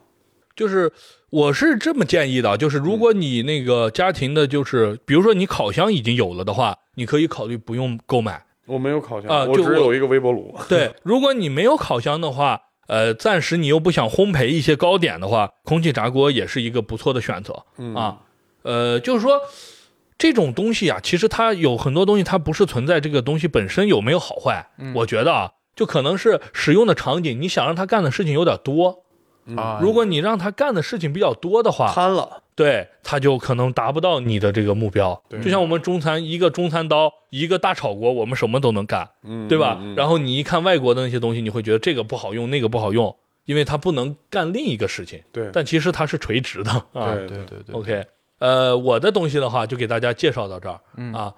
就是我是这么建议的，就是如果你那个家庭的，就是比如说你烤箱已经有了的话，你可以考虑不用购买。
我没有烤箱，
啊
我
就
只
我
有一个微波炉。
对，如果你没有烤箱的话，呃，暂时你又不想烘焙一些糕点的话，空气炸锅也是一个不错的选择
嗯
啊。呃，就是说这种东西啊，其实它有很多东西，它不是存在这个东西本身有没有好坏。我觉得啊，就可能是使用的场景，你想让它干的事情有点多。
嗯
啊，
如果你让它干的事情比较多的话，
贪了，
对，它就可能达不到你的这个目标。
对
就像我们中餐，一个中餐刀，一个大炒锅，我们什么都能干，
嗯，
对吧？
嗯嗯
然后你一看外国的那些东西，你会觉得这个不好用，那个不好用，因为它不能干另一个事情。
对
但其实它是垂直的啊。
对
对对对，
OK，呃，我的东西的话，就给大家介绍到这儿、
嗯
啊。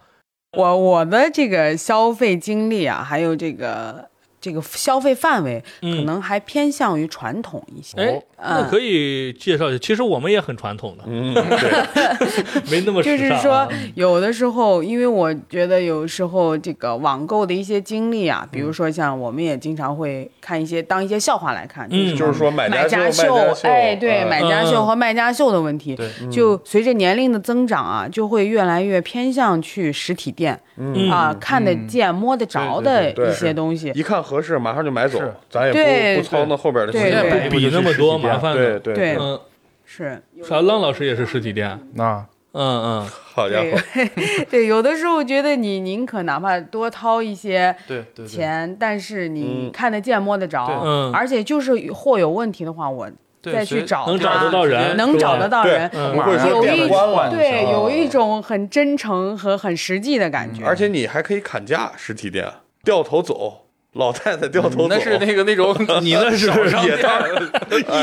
我我的这个消费经历啊，还有这个这个消费范围，
嗯
可能还偏向于传统一些。
哎，那
嗯
可以介绍一下，其实我们也很传统
<laughs>
的，
嗯，
<laughs>
对，
没那么
就
时
是
尚啊、
说，有的时候，因为我觉得有时候这个网购的一些经历啊，比如说像我们也经常会看一些当一些笑话来看，
嗯
就是说买
买
家
家
秀，卖家秀，啊
哎，对，买家秀
嗯
和卖家秀的问题，
对
就随着年龄的增长啊，就会越来越偏向去实体店
嗯
啊，看得见、摸得着的
对对
一些东西。
一看合适马上就买走
是，
咱也
对
不不操那后边的
对
心
现
对
在不比那么多麻烦
对
的。
对
对
嗯，
是，
啥？浪老师也是实体店。
那
嗯嗯，
好家伙，
对， <laughs> 对，有的时候觉得你宁可哪怕多掏一些
对对对
钱，但是你
嗯
看得见、摸得
对
着，
嗯
而且就是货有问题的话，我
对
再
所
去
以
找
能
他
找得到人
能
对
找得到
哎对
人，，
嗯
不会说
有
店
一
门关了，
对，有一
啊，
种很真诚和很实际的感觉。
而且你还可以砍价，实体店掉头走，老太太
嗯
掉头走，
那是那个那种
<laughs> 你那是
也
<laughs>
当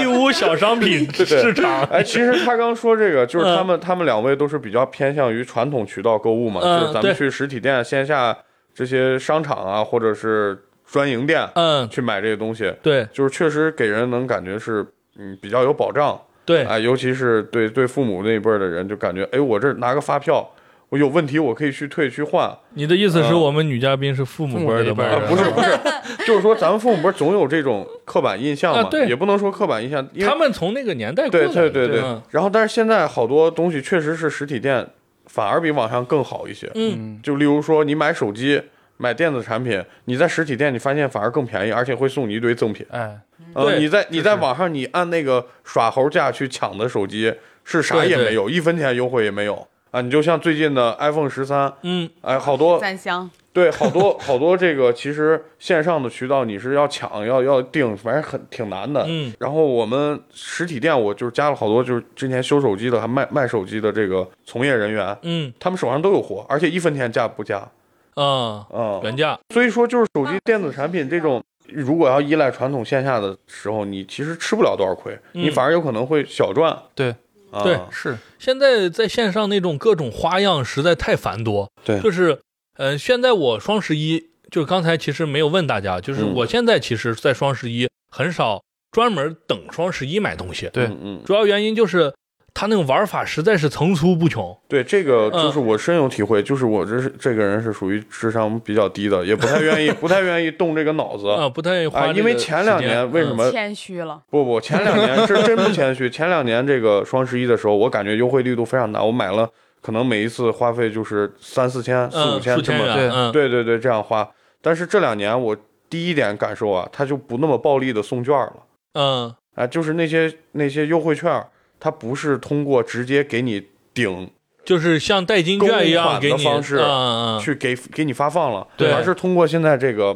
义乌小商 <laughs> 品市场。
哎，其实他刚说这个，就是
嗯
他们、他们两位都是比较偏向于传统渠道购物嘛，
嗯
就是咱
对
们去实体店、线下这些商场啊，或者是专营店、
嗯，
去买这些东西，
对
就是确实给人能感觉是嗯比较有保障，
对，
哎，尤其是对对父母那一辈儿的人，就感觉哎，我这拿个发票，我有问题我可以去退去换，
你的意思是我们女嘉宾是嗯父母辈儿的辈
对
啊
儿，
不是不是，就是说咱们父母辈儿总有这种刻板印象嘛，
啊对
也不能说刻板印象，因为
他们从那个年代过来
对
的，
对对对
嗯。
然后，但是现在好多东西确实是实体店反而比网上更好一些。
嗯，
就例如说，你买手机、买电子产品，你在实体店你发现反而更便宜，而且会送你一堆赠品。
哎，
呃，
对
你在你在网上你按那个耍猴价去抢的手机是啥也没有，一分钱优惠也没有啊！你就像最近的 iPhone 十三，
嗯，
哎，好多
三香，
对，好多好多这个其实线上的渠道你是要抢要要定，反正很挺难的。
嗯，
然后我们实体店我就是加了好多就是之前修手机的还卖卖手机的这个从业人员，
嗯
他们手上都有货，而且一分钱价不加。
啊，
嗯，
原价
所以说就是手机电子产品这种，如果要依赖传统线下的时候，你其实吃不了多少亏，
嗯
你反而有可能会小赚。
对
啊、
对
是
现在在线上那种各种花样实在太繁多。
对
就是，呃，现在我双十一，就是刚才其实没有问大家，就是
嗯
我现在其实，在双十一很少专门等双十一买东西，
对
嗯嗯，
主要原因就是它那种玩法实在是层出不穷。
对，这个
嗯
就是我深有体会，就是我这是这个人是属于智商比较低的，也不太愿意不太愿意动这个脑子。
啊，不太愿意花这
啊，
个时间、
因为前两年为什么、
谦虚了。
<laughs> 不不？前两年是真不谦虚，前两年这个双十一的时候，我感觉优惠力度非常大，我买了可能每一次花费就是三四千、四
嗯
五千
四
这
千
么
元，
对
嗯，
对对对，这样花。但是这两年我第一点感受啊，它就不那么暴力的送券了，
嗯，
啊，就是那些那些优惠券，它不是通过直接给你顶
就是像代金券一样给
公
你
款的方式
嗯
去给给你发放了，
对
而是通过现在这个，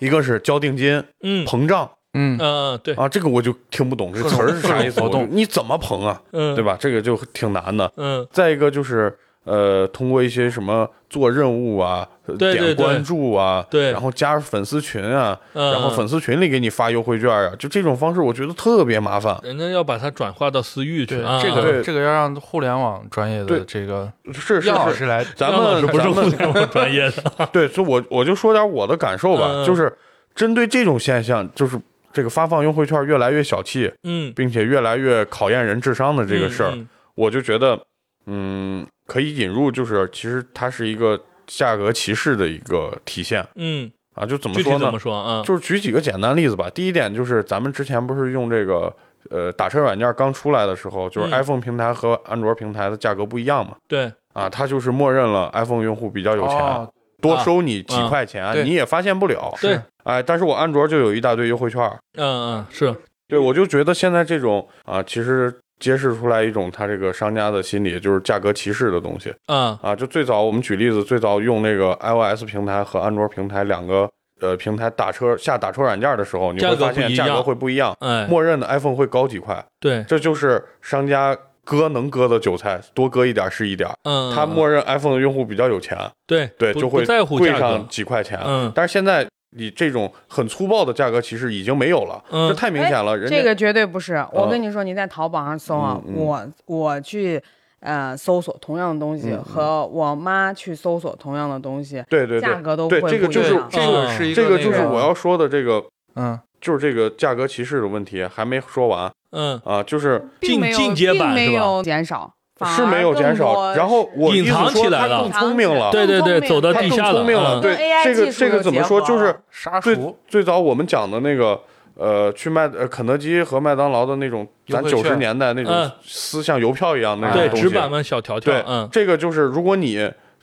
一个是交定金
嗯
膨胀
嗯
嗯嗯，对，
啊，这个我就听不懂这词儿是啥意思，
各种活动
我就你怎么膨啊，
嗯
对吧？这个就挺难的。
嗯
再一个就是呃，通过一些什么做任务啊，呃
对对
点
对
关注啊，
对
然后加入粉丝群啊，
嗯
然后粉丝群里给你发优惠券啊，就这种方式，我觉得特别麻烦。
嗯人家要把它转化到私域去
对
啊，
这
对
个这个要让互联网专业的
对
这个
是是
杨老
是，
师来
咱
张老
们
师不是
咱
互
们
联网专业
<laughs>
的，
对，就我我就说点我的感受吧，
嗯
就是针对这种现象，就是这个发放优惠券越来越小气，
嗯，
并且越来越考验人智商的这个事儿，
嗯，
我就觉得，嗯，可以引入，就是其实它是一个价格歧视的一个体现
嗯，
啊，就
嗯
怎么
具体
说
怎
呢
么？说啊？
就是举几个简单例子吧。第一点就是咱们之前不是用这个呃打车软件刚出来的时候，就是
嗯
iPhone 平台和安卓平台的价格不一样嘛，
对，
啊，它就是默认了 iPhone 用户比较有钱，啊
哦
多收你几
啊
块钱、
对
你也发现不了。
对，
哎，但是我安卓就有一大堆优惠券儿，
嗯嗯是，
对我就觉得现在这种啊，其实揭示出来一种他这个商家的心理，就是价格歧视的东西
嗯
啊。就最早我们举例子，最早用那个 iOS 平台和安卓平台两个呃平台打车下打车软件的时候，你
价
会
格
发
不
现
一
价格
样
会不一样，
哎，
默认的 iPhone 会高几块，
对，
这就是商家割能割的韭菜，多割一点是一点儿。
嗯，
他默认 iPhone 的用户比较有钱，
对
对，
不
就
不
会
在乎
贵
价
上
格，
几块钱。
嗯
但是现在你这种很粗暴的价格歧视已经没有了，
嗯
这太明显了。人家嗯
哎这个绝对不是。我跟你说，你在淘宝上搜啊，
嗯嗯
我我去呃搜索同样的东
嗯
西，和我妈去搜索同样的东西，
对对
价
对，
格都
对
会不
这个
一
就是
样
嗯这个是一
这
个
个就是
那个
我要说的这个，
嗯
就是这个价格歧视的问题还没说完
嗯，
啊，就是
进
并没有
进阶版
并没
是吧
有减少，反
是
而
没有减
更
少，
多
然后我
隐
意思
藏
说
起来
它
了
更聪明了，
对对对，走到
它
地
更
下
聪明了。
了，嗯
对
跟 AI
这
技
个
术
这个
有
怎么
结
说
合
就是
啊
嗯杀
最
熟，
最早我们讲的那个。呃，去麦呃肯德基和麦当劳的那种，
优
咱
惠
九十
券
年代那
嗯
种撕像邮票一样那
哎
种
对
啊东
纸
西，
板们小条条
对，，
嗯
这个就是如果你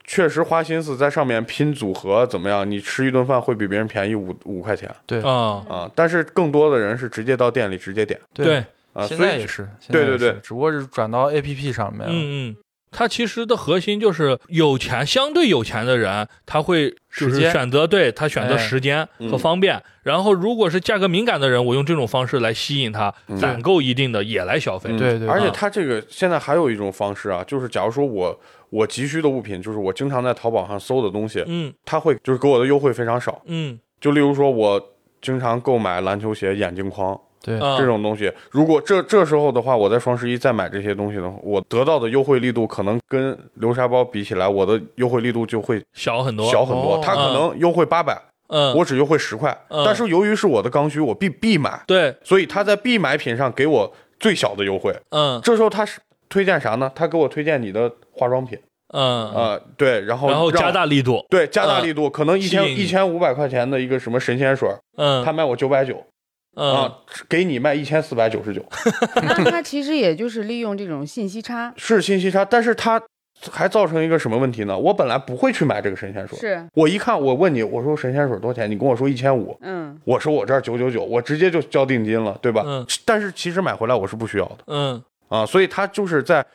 确实花心思在上面拼组合怎么样，你吃一顿饭会比别人便宜五五块钱
对
啊，
啊。但是更多的人是直接到店里直接点
对，嗯
啊，
现
所
在也
以
是，现在
对
也
对对
是只不过是转到 A P P 上面了，
嗯嗯。它其实的核心就是有钱，相对有钱的人，他会就
时
是
间
选择对他选择
哎
时间和
嗯
方便。然后如果是价格敏感的人，我用这种方式来吸引他，
嗯
攒够一定的也来消费。
嗯
对对
而且
啊
他这个现在还有一种方式啊，就是假如说我我急需的物品，就是我经常在淘宝上搜的东西，
嗯
他会就是给我的优惠非常少。
嗯
就例如说我。经常购买篮球鞋、眼镜框
对
啊，
这种东西，如果这这时候的话，我在双十一再买这些东西的话，我得到的优惠力度可能跟流沙包比起来，我的优惠力度就会
小很多。
小很多
哦，
他可能优惠八百，
嗯，
我只优惠十块，
嗯
但是由于是我的刚需，我必必买，
对，
所以他在必买品上给我最小的优惠。
嗯
这时候他是推荐啥呢？他给我推荐你的化妆品
嗯，
啊、对，然后
然后
让
加大力度，
对加大力度，可能一
吸引你
千一千五百块钱的一个什么神仙水，
嗯
他卖我九百九
嗯
啊，给你卖一千四百九十九，
那它其实也就是利用这种信息差，
是信息差，但是他还造成一个什么问题呢？我本来不会去买这个神仙水，
是，
我一看，我问你，我说神仙水多少钱？你跟我说一千五，
嗯，
我说我这儿九九九，我直接就交定金了，对吧？
嗯
但是其实买回来我是不需要的
嗯
啊，所以他就是在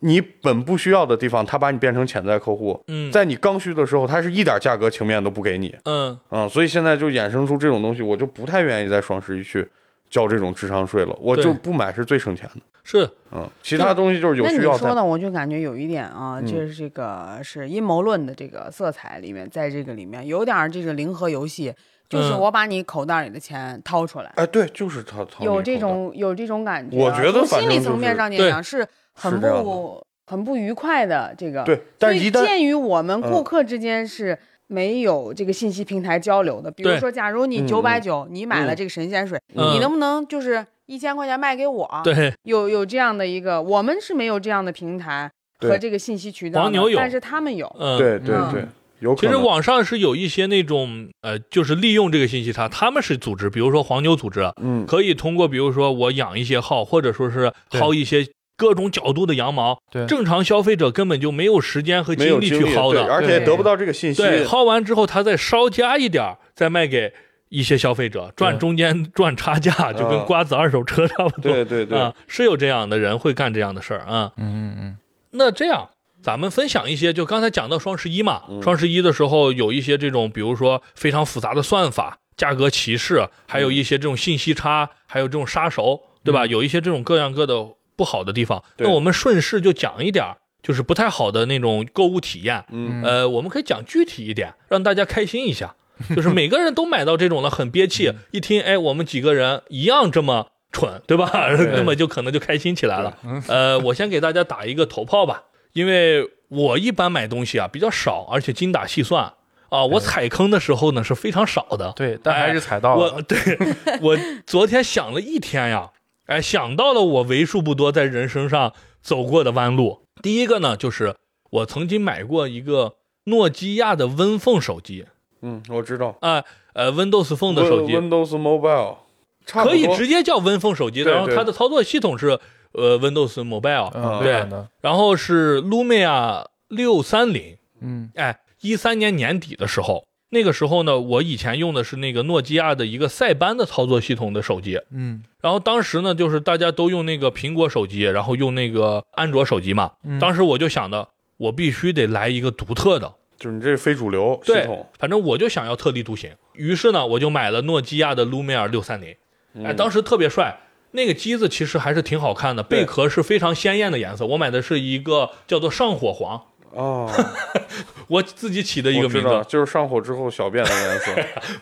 你本不需要的地方，他把你变成潜在客户，
嗯，
在你刚需的时候，他是一点价格情面都不给你
嗯
啊，所以现在就衍生出这种东西，我就不太愿意在双十一去交这种智商税了，我
对
就不买是最省钱的。
是
嗯，其他东西就是有
那
需
你
要
说
再
的我就感觉有一点啊，
嗯
就是这个是阴谋论的这个色彩里面，在这个里面有点儿这个零和游戏，就是
嗯
我把你口袋里的钱掏出来，
哎，对，就是他他
有这种有这种感觉啊。
我觉得
从
反
心理
正
层
就
面
是
上面
对
讲是很
是这样的
不很不愉快的这个。
对，但
所
是
以
一旦
鉴于我们顾
嗯
客之间是没有这个信息平台交流的，比如
对
说，假如你
嗯
九百九，你买了
嗯
这个神仙水，
嗯
你能不能就是一千块钱卖给我？，
对，
有有这样的一个，我们是没有这样的平台
对
和这个信息渠道的，
黄牛有
但是他们有。
嗯
对对
嗯
对，有可
其实
能。
网上是有一些那种呃，就是利用这个信息差，他们是组织，比如说黄牛组织，啊
嗯，
可以通过比如说我养一些号，或者说是
对
薅一些各种角度的羊毛，
对
正常消费者根本就没有时间和
没有
精力去薅
对，
的，
而且也得不到这个信息。
对，薅完之后他再稍加一点儿，再卖给一些消费者，赚
对
中间 <laughs> 赚差价，就跟
嗯
瓜子二手车差不多。
对对对，
啊，是有这样的人会干这样的事儿啊。
嗯嗯嗯，
那这样，咱们分享一些，就刚才讲到双十一嘛，
嗯
双十一的时候有一些这种，比如说非常复杂的算法、价格歧视，还有一些这种信息差，还有这种杀熟，对吧？有一些这种各样各的不好的地方。
对
那我们顺势就讲一点儿就是不太好的那种购物体验。
嗯
呃，我们可以讲具体一点，让大家开心一下。就是每个人都买到这种了，很憋气。一听，哎，我们几个人一样这么蠢，对吧？ <laughs> 根本就可能就开心起来了。呃，我先给大家打一个头炮吧，因为我一般买东西啊比较少，而且精打细算啊。我踩坑的时候呢是非常少的。
对，但还是踩
啊
到了。
哎我 <laughs> 对我昨天想了一天呀，哎，想到了我为数不多在人生上走过的弯路。第一个呢，就是我曾经买过一个诺基亚的 Win 凤手机，
嗯，我知道。
啊、呃，Windows Phone 的手机
Win- Windows Mobile 差不多
可以直接叫 Win 凤手机，
对
然后
对
它的操作系统是呃 Windows Mobile，、
嗯，
对
微软的，
然后是 Lumia 六三零，
嗯
哎，一三年年底的时候。那个时候呢，我以前用的是那个诺基亚的一个塞班的操作系统的手机，
嗯
然后当时呢，就是大家都用那个苹果手机，然后用那个安卓手机嘛。
嗯
当时我就想的，我必须得来一个独特的，
就是你这非主流系
对
统。，
反正我就想要特立独行。于是呢，我就买了诺基亚的 Lumia 六三零，哎，
嗯
当时特别帅。那个机子其实还是挺好看的，
对
贝壳是非常鲜艳的颜色。我买的是一个叫做上火黄，
哦，
我自己起的 <laughs> 一个
我知
名
道，
字，
就是上火之后小便的颜色。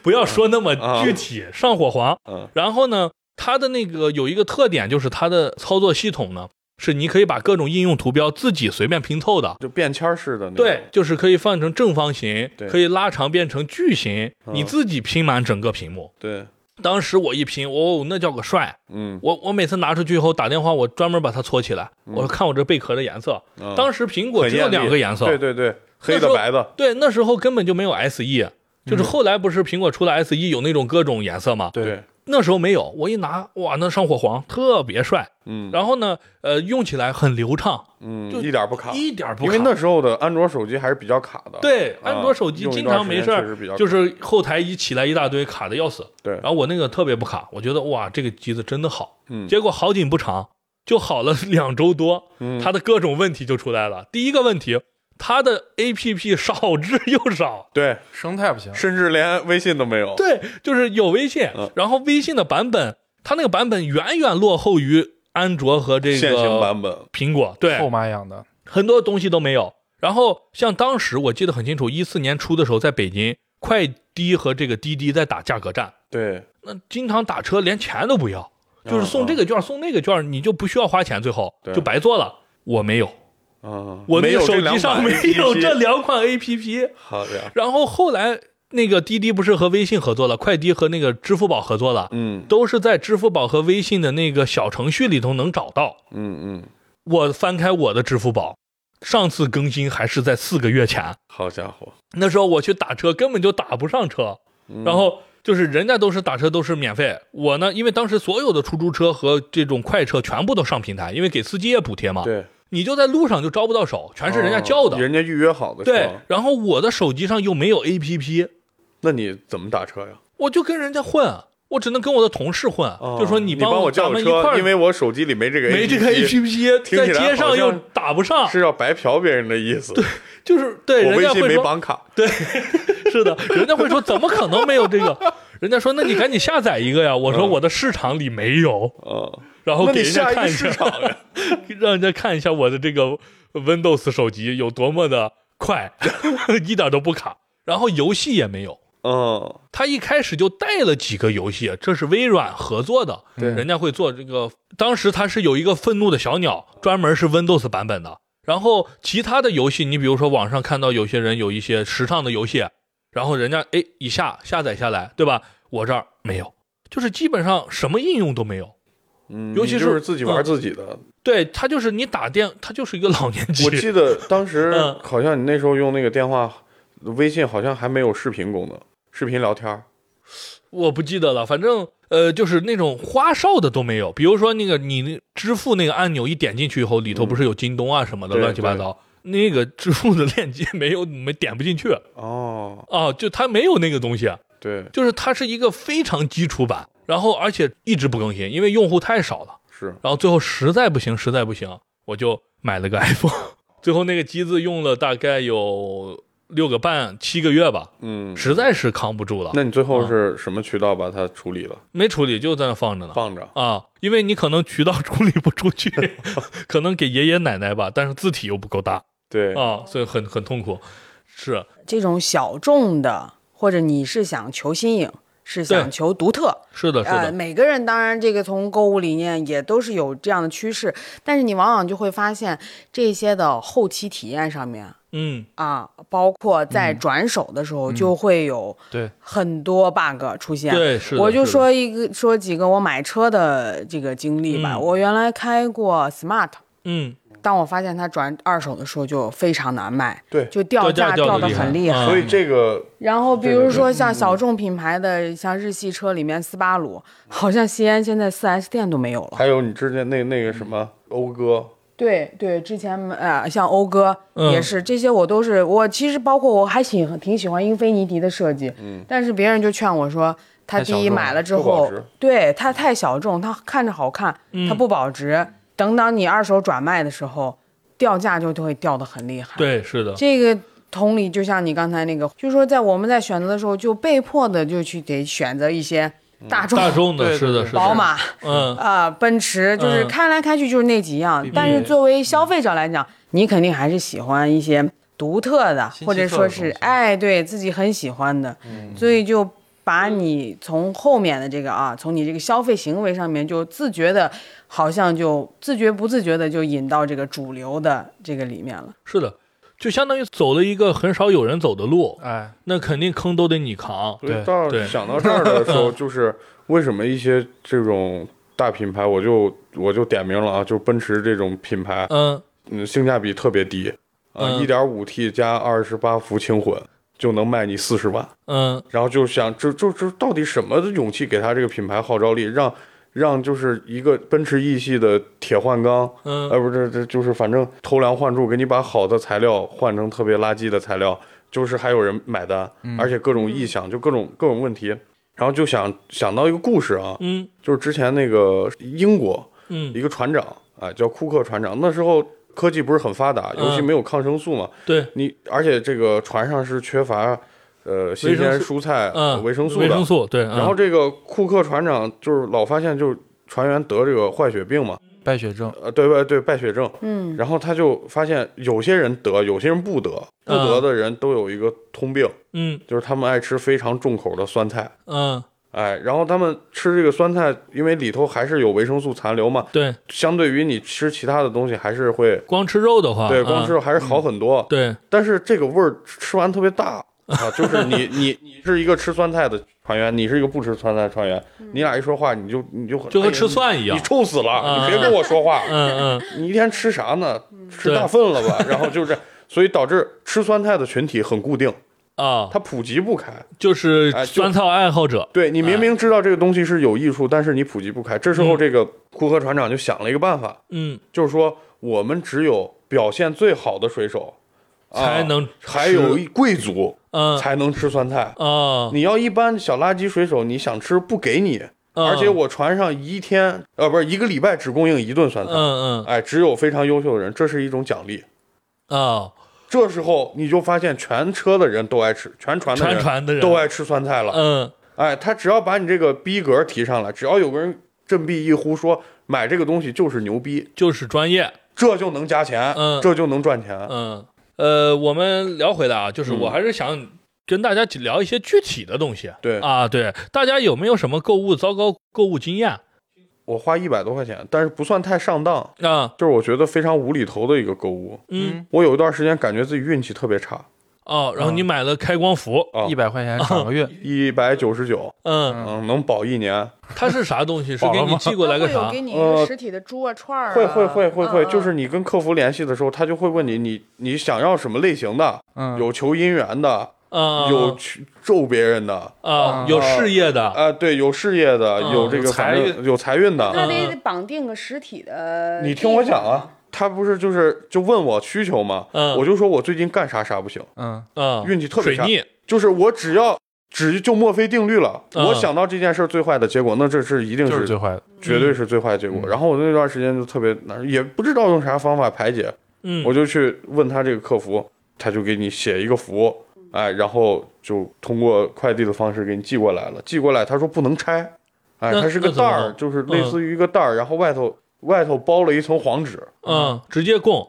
不要说那么
啊
具体。上火黄，
嗯
然后呢，它的那个有一个特点就是它的操作系统呢，是你可以把各种应用图标自己随便拼凑的。
就便签儿式的那种。
对，就是可以放成正方形
对，
可以拉长变成矩形，
嗯
你自己拼满整个屏幕。
对，
当时我一拼，哦，那叫个帅！
嗯，
我我每次拿出去以后打电话，我专门把它搓起来，我说看我这贝壳的颜色。
嗯
当时苹果只有
很艳丽
两个颜色，
对对对，
那
黑
时
的
候
白的，
对那时候根本就没有 SE，就是
嗯
后来不是苹果出了 SE 有那种各种颜色嘛，
对
对，
那时候没有，我一拿哇，那上火黄特别帅。
嗯
然后呢，呃，用起来很流畅，
嗯，
就
一点儿不卡，
一点儿不
因为
卡
那时候的安卓手机还是比较卡的。
对，
啊
安卓手机
用一
经
段
常
时
没
间
事
确实比较
儿，
卡
就是后台一起来一大堆，卡的要死。
对
然后我那个特别不卡，我觉得哇，这个机子真的好。
嗯
结果好景不长，就好了两周多，
嗯
它的各种问题就出来了。第一个问题，它的 APP 少之又
<laughs>
少。
对，
生态不行，
甚至连微信都没有。
对，就是有微信
嗯，
然后微信的版本，它那个版本远远落后于安卓和这
现行
个
版本，
苹果。对，
后妈养的，
很多东西都没有。然后像当时我记得很清楚，一四年初的时候，在北京，快滴和这个滴滴在打价格战，
对，
那经常打车连钱都不要，就是送这个券送那个券，你就不需要花钱，最后
对
就白做了。我没有，
嗯，
我那
没
个
有
手
这
机
两
上
款
没有
APP
这两款 A P P。
好呀，
然后后来那个滴滴不是和微信合作了，快滴和那个支付宝合作了，
嗯
都是在支付宝和微信的那个小程序里头能找到。
嗯嗯，
我翻开我的支付宝，上次更新还是在四个月前。
好家伙，
那时候我去打车根本就打不上车，
嗯
然后就是人家都是打车都是免费，我呢，因为当时所有的出租车和这种快车全部都上平台，因为给司机也补贴嘛，
对，
你就在路上就招不到手，全是人家叫的。
哦人家预约好的是
对
吧？，
然后我的手机上又没有 APP，
那你怎么打车呀？
我就跟人家混，我只能跟我的同事混，
哦
就说
你
帮
我
咱
叫个
们一块
车，
儿
因为我手机里没这个 APP，
没这个 APP，
听起
在
来
街上
好
又
像
打不上，
<laughs> 是要白嫖别人的意思。
就是对
我
人
微
家
信
会
没
说
绑卡，
对， <laughs> 是的，人家会说怎么可能没有这个？人家说那你赶紧下载一个呀。我说
嗯
我的市场里没有，
嗯，
然后
那
给
你
人家
下一
看
个
一
市
下，
场
<laughs>
呀？
让人家看一下我的这个 Windows 手机有多么的快， <laughs> 一点都不卡。然后游戏也没有，
嗯，
他一开始就带了几个游戏，这是微软合作的，
对
人家会做这个。当时他是有一个愤怒的小鸟，专门是 Windows 版本的。然后其他的游戏，你比如说网上看到有些人有一些时尚的游戏，然后人家哎一下下载下来，对吧？我这儿没有，就是基本上什么应用都没有。
嗯
尤其
你
是
就是自己玩
嗯
自己的。
对，它就是你打电，它就是一个老年机
我。记得当时
嗯
<laughs> 好像你那时候用那个电话，微信好像还没有视频功能，视频聊天儿。
我不记得了，反正呃，就是那种花哨的都没有。比如说那个你支付那个按钮一点进去以后，里头不是有京东啊什么的、
嗯对
乱七八糟，那个支付的链接没有，没点不进去
哦，
啊，就它没有那个东西，啊
对，
就是它是一个非常基础版，然后而且一直不更新，因为用户太少了。
是
然后最后实在不行，实 <laughs> 在不行，我就买了个 iPhone。最后那个机子用了大概有六个半七个月吧，
嗯，
实在是嗯扛不住了，
那你最后是什么渠道把它处理了？
没处理就在那放着呢。
放着，
啊，因为你可能渠道处理不出
<laughs>
去，可能给爷爷奶奶吧，但是字体又不够大
对，
啊，所以很很痛苦。是，
这种小众的，或者你是想求新颖，是想
对
求独特，
是的，是的，
呃，每个人当然这个从购物理念也都是有这样的趋势，但是你往往就会发现这些的后期体验上面
嗯，
啊，包括在转手的时候就会有
对，
很多 bug 出现。
对，是的。
我就是
的，
说一个说几个我买车的这个经历吧。
嗯
我原来开过 Smart，
嗯，
当我发现它转二手的时候就非常难卖，
对
就掉
掉
价
价掉
的
得
很
厉害嗯
害。
所以这个
然后比
对对
如
对
说像小众品牌的，像日系车里面斯巴鲁，好像西安现在 4S 店都没有了。
还有你之前那那个什么讴歌，
对对，之前呃，像讴歌
嗯
也是、这些，我都是我其实包括我还挺挺喜欢英菲尼迪的设计，嗯，但是别人就劝我说，他
太小
第一
众
买了之
不保
后
值，
对它太小众，它看着好看，
嗯
它不保值，等到你二手转卖的时候，掉价就会掉的很厉害。
对，是的，
这个同理，就像你刚才那个，就是说在我们在选择的时候，就被迫的就去得选择一些大众、
大众的，
对
是
对
的，
对
是的。
宝，马
嗯，
啊、奔驰，就是
嗯
看来看去就是那几样。但是作为消费者来讲，你肯定还是喜欢一些独特的，嗯
新奇
或者说是
特的东西
哎，对自己很喜欢的，所以就。把你从后面的这个啊，从你这个消费行为上面就自觉的，好像就自觉不自觉的就引到这个主流的这个里面了。
是的，就相当于走了一个很少有人走的路，
哎，
那肯定坑都得你扛。
所以
对
到
对
想到这儿的时
<laughs>
候，就是为什么一些这种大品牌，我就我就点名了啊，就是奔驰这种品牌，
嗯，
嗯，性价比特别低，呃，
嗯
一点五 T 加二十八伏轻混就能卖你四十万，
嗯，
然后就想，就就就到底什么的勇气给他这个品牌号召力，让让就是一个奔驰 E 系的铁换钢，
嗯
呃，不是，这就是反正偷梁换柱，给你把好的材料换成特别垃圾的材料，就是还有人买单，
嗯
而且各种异响，就各种各种问题，然后就想想到一个故事啊，
嗯，
就是之前那个英国，
嗯
一个船长啊、叫库克船长，那时候科技不是很发达，
嗯
尤其没有抗生素嘛，
对，
你而且这个船上是缺乏呃新
维生
鲜
素
蔬菜、呃
嗯，
维生素
维
的
生，素，嗯对。
然后这个库克船长就是老发现就是船员得这个坏血病嘛，
败血症，
呃，对对对，败血症。
嗯，
然后他就发现有些人得，有些人不得，不得的人都有一个通病，
嗯
就是他们爱吃非常重口的酸菜。
嗯，
哎，然后他们吃这个酸菜，因为里头还是有维生素残留嘛，
对，
相对于你吃其他的东西还是会，
光吃肉的话，
对，光吃
嗯
肉还是好很多。
对，
但是这个味儿吃完特
<laughs>
别大啊，就是你你你是一个吃酸菜的船员，你是一个不吃酸菜的船员，你俩一说话你就你就很
就和
哎呀
吃蒜一
你
样
你。臭死了，
啊
你别跟我说话，
嗯嗯，
你一天吃啥呢？吃
对
大粪了吧？然后就是，所以导致吃酸菜的群体很固定，
啊，
它普及不开。
就是
哎就
酸菜爱好者。
对你明明知道这个东西是有益处，但是你普及不开。这时候，这个库克船长就想了一个办法，
嗯，
就是说我们只有表现最好的水手，啊
才能吃
还有一贵族
嗯
才能吃酸菜。
啊，
你要一般小垃圾水手，你想吃不给你，
嗯
而且我船上一天呃不是一个礼拜只供应一顿酸菜，
嗯
哎，只有非常优秀的人，这是一种奖励。
嗯啊，
这时候你就发现全车的人都爱吃，全船的
全船的人
都爱吃酸菜了。
嗯
哎，他只要把你这个逼格提上来，只要有个人振臂一呼说买这个东西就是牛逼，
就是专业。
这就能加钱，
嗯
这就能赚钱。
嗯，呃，我们聊回来啊，
嗯
就是我还是想跟大家聊一些具体的东西。
对
啊，对，大家有没有什么购物糟糕购物经验
我花一百多块钱，但是不算太上当，
啊？
就是我觉得非常无厘头的一个购物。
嗯
我有一段时间感觉自己运气特别差，
哦，然后
嗯
你买了开光服，
啊
一百块钱两
<laughs>
个月，
一百九十九，
嗯，
嗯，能保一年。
它是啥东西？是
饱
给
了
你
吗
寄过来个
他会
啥
有？给你一
呃
个实体的猪啊、串儿啊，
会会会会会，
嗯
就是你跟客服联系的时候，他就会问你你你想要什么类型的，
嗯，
有求姻缘的，
啊，
<laughs> 有去咒别人的，啊、
啊，有事业的，
对，有事业的，
嗯
有这个
有
反
财
正有财运的。
那得绑定个实体的。
你听我讲啊，，他不是就是就问我需求吗？
嗯
我就说我最近干啥啥不行，
嗯，
啊，
运气特别
水
差，
逆，
就是我只要只就墨菲定律了，
嗯
我想到这件事儿最坏的结果，那这是一定
就是嗯是最坏的，
绝对是最坏的结果。然后我那段时间就特别难受，也不知道用啥方法排解，
嗯，
我就去问他这个客服，他就给你写一个符，哎，然后就通过快递的方式给你寄过来了。寄过来，他说不能拆，哎，
那
它是个
那怎
袋
么
儿，
弄嗯
就是类似于一个袋儿，然后外头外头包了一层黄纸，
嗯，直接供，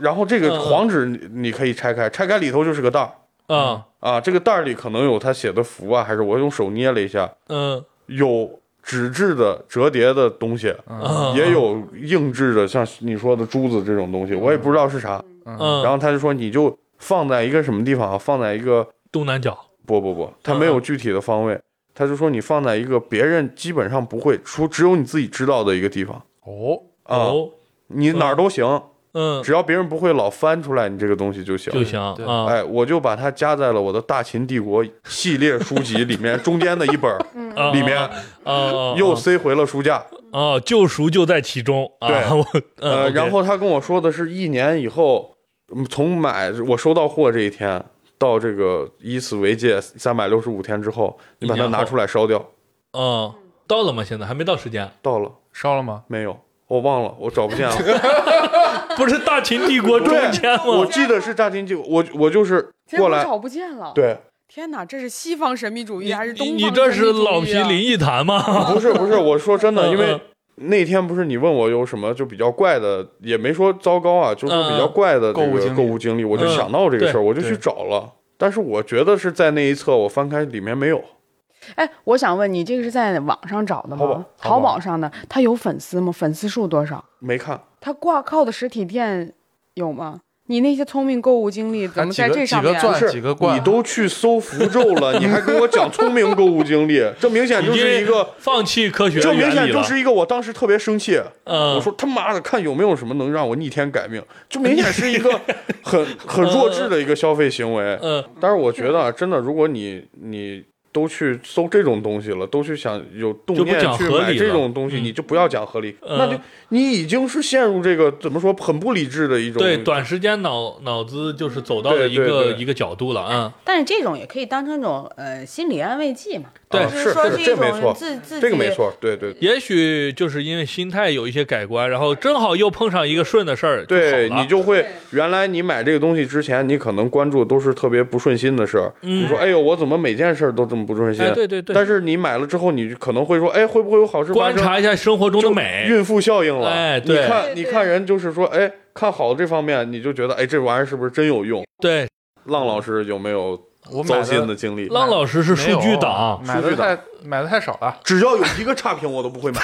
然后这
嗯
个
嗯
黄纸你你可以拆开，拆开里头就是个袋儿
嗯
啊，这个袋儿里可能有他写的符啊，还是我用手捏了一下，
嗯
有纸质的折叠的东西，
嗯，
也有硬质的，像你说的珠子这种东西，我也不知道是啥。
嗯，
然后他就说，你就放在一个什么地方啊，放在一个
东南角，
不不不，他
嗯
没有具体的方位，他就说你放在一个别人基本上不会，除只有你自己知道的一个地方
哦，
啊，
哦，
你哪儿都行，
嗯，
只要别人不会老翻出来你这个东西就行。
就行
对
啊
哎，我就把它加在了我的《大秦帝国》系列书籍里面中间的一
<laughs>
本儿，
啊，
里面
啊，
又塞回了书架。
啊，救赎就在其中啊，
对
我
呃，
嗯，
然后他跟我说的是一年以后，嗯从买我收到货这一天到这个以此为界三百六十五天之后，你把
一
它
年后
拿出来烧掉。
嗯，到了吗？现在还没到时间，
到了
烧了吗？
没有？我忘了，我找不
<laughs>
见了。
不是大秦帝国中间
我
吗？
记得是大金鸡，我我就是过来，
找不见了。，
对，
天哪，这是西方神秘主义
你
还是东
你
方
你这
神
是
秘主义啊
老皮林异谈
<laughs>
吗？
不是不是，我说真的，
嗯
因为
嗯
那天不是你问我有什么就比较怪的，也没说糟糕啊，就是比较怪的这
嗯嗯购物
个
经历
购物经历，我就
嗯
想到这个事儿，
对
我就去
对
找了。但是我觉得是在那一侧，我翻开里面没有。
哎，我想问你，这个是在网上找的
淘宝
吗？
淘
淘
宝
宝上的，它有粉丝吗？粉丝数多少？
没看，
它挂靠的实体店有吗？你那些聪明购物经历怎
还
么
几
在这
个
上
几
面
个
啊？
钻，
是
几个罐
你，都去搜符咒了，你还跟我讲聪明购物经历，这明显
已
就是一
经
个，
放弃科学
这明
原
显
理
就
了。
是一个，我当时特别生气，
嗯，
我说他妈的，看有没有什么能让我逆天改命，就明显是一个
<laughs>
很很弱智的一个消费行为。
嗯
但是我觉得啊，真的，如果你你都去搜这种东西了，都去想有动
就不
念
讲
去
合理
买这
了
种东西，
嗯
你就不要讲合理，
嗯
那就你已经是陷入这个怎么说很不理智的一种啊
对，短时间脑脑子就是走到了
对
一
对
个
对
一个角度了啊。
但是这种也可以当成一种呃心理安慰剂嘛，
对
就是说
哦是
一
这没
种
错
自自己
这个没错，对对对
也许就是因为心态有一些改观，然后正好又碰上一个顺的事儿，
对
好了
你就会，原来你买这个东西之前，你可能关注都是特别不顺心的事儿。
嗯
你说，哎呦，我怎么每件事儿都这么不顺心？
哎，对对对，
但是你买了之后，你可能会说，哎，会不会有好事发
观
生？
察一下生活中的
就
美，
孕妇效应了。
哎
你
对
看，
对
你
对
看人就是说，哎，看好这方面，你就觉得，哎，这玩意儿是不是真有用？
对，
浪老师有没有
我买
糟心
的
的经历？
浪老师是数据党，
没有买啊
数据
的
党
太买的太少了。
只要有一个差评，我都不会买。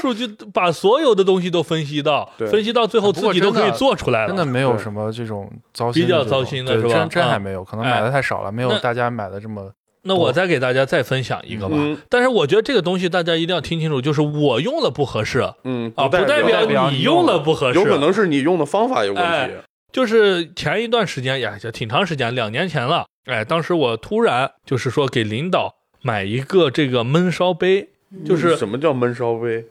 数据把所有的东西都分析
<laughs>
到，
对
分析到最后
哎不
自
过
己都
真
可
的
以做出来了。
真的没有什么这种糟心的
比较
这种
糟心的
对
是吧
真真
啊
还没有，可能买的太少了，没有
那
大家买的这么
那我再给大家再分享一个吧。
嗯
但是我觉得这个东西大家一定要听清楚，就是我用了不合适啊，
嗯，
不代
不代表
你
你
用
用
了
了
不合适，
有可能是你用的方法有问
哎
题。
就是前一段时间哎呀，就挺长时间，两年前了。哎，当时我突然就是说给领导买一个这个焖烧杯，就是
嗯
什么叫闷烧杯？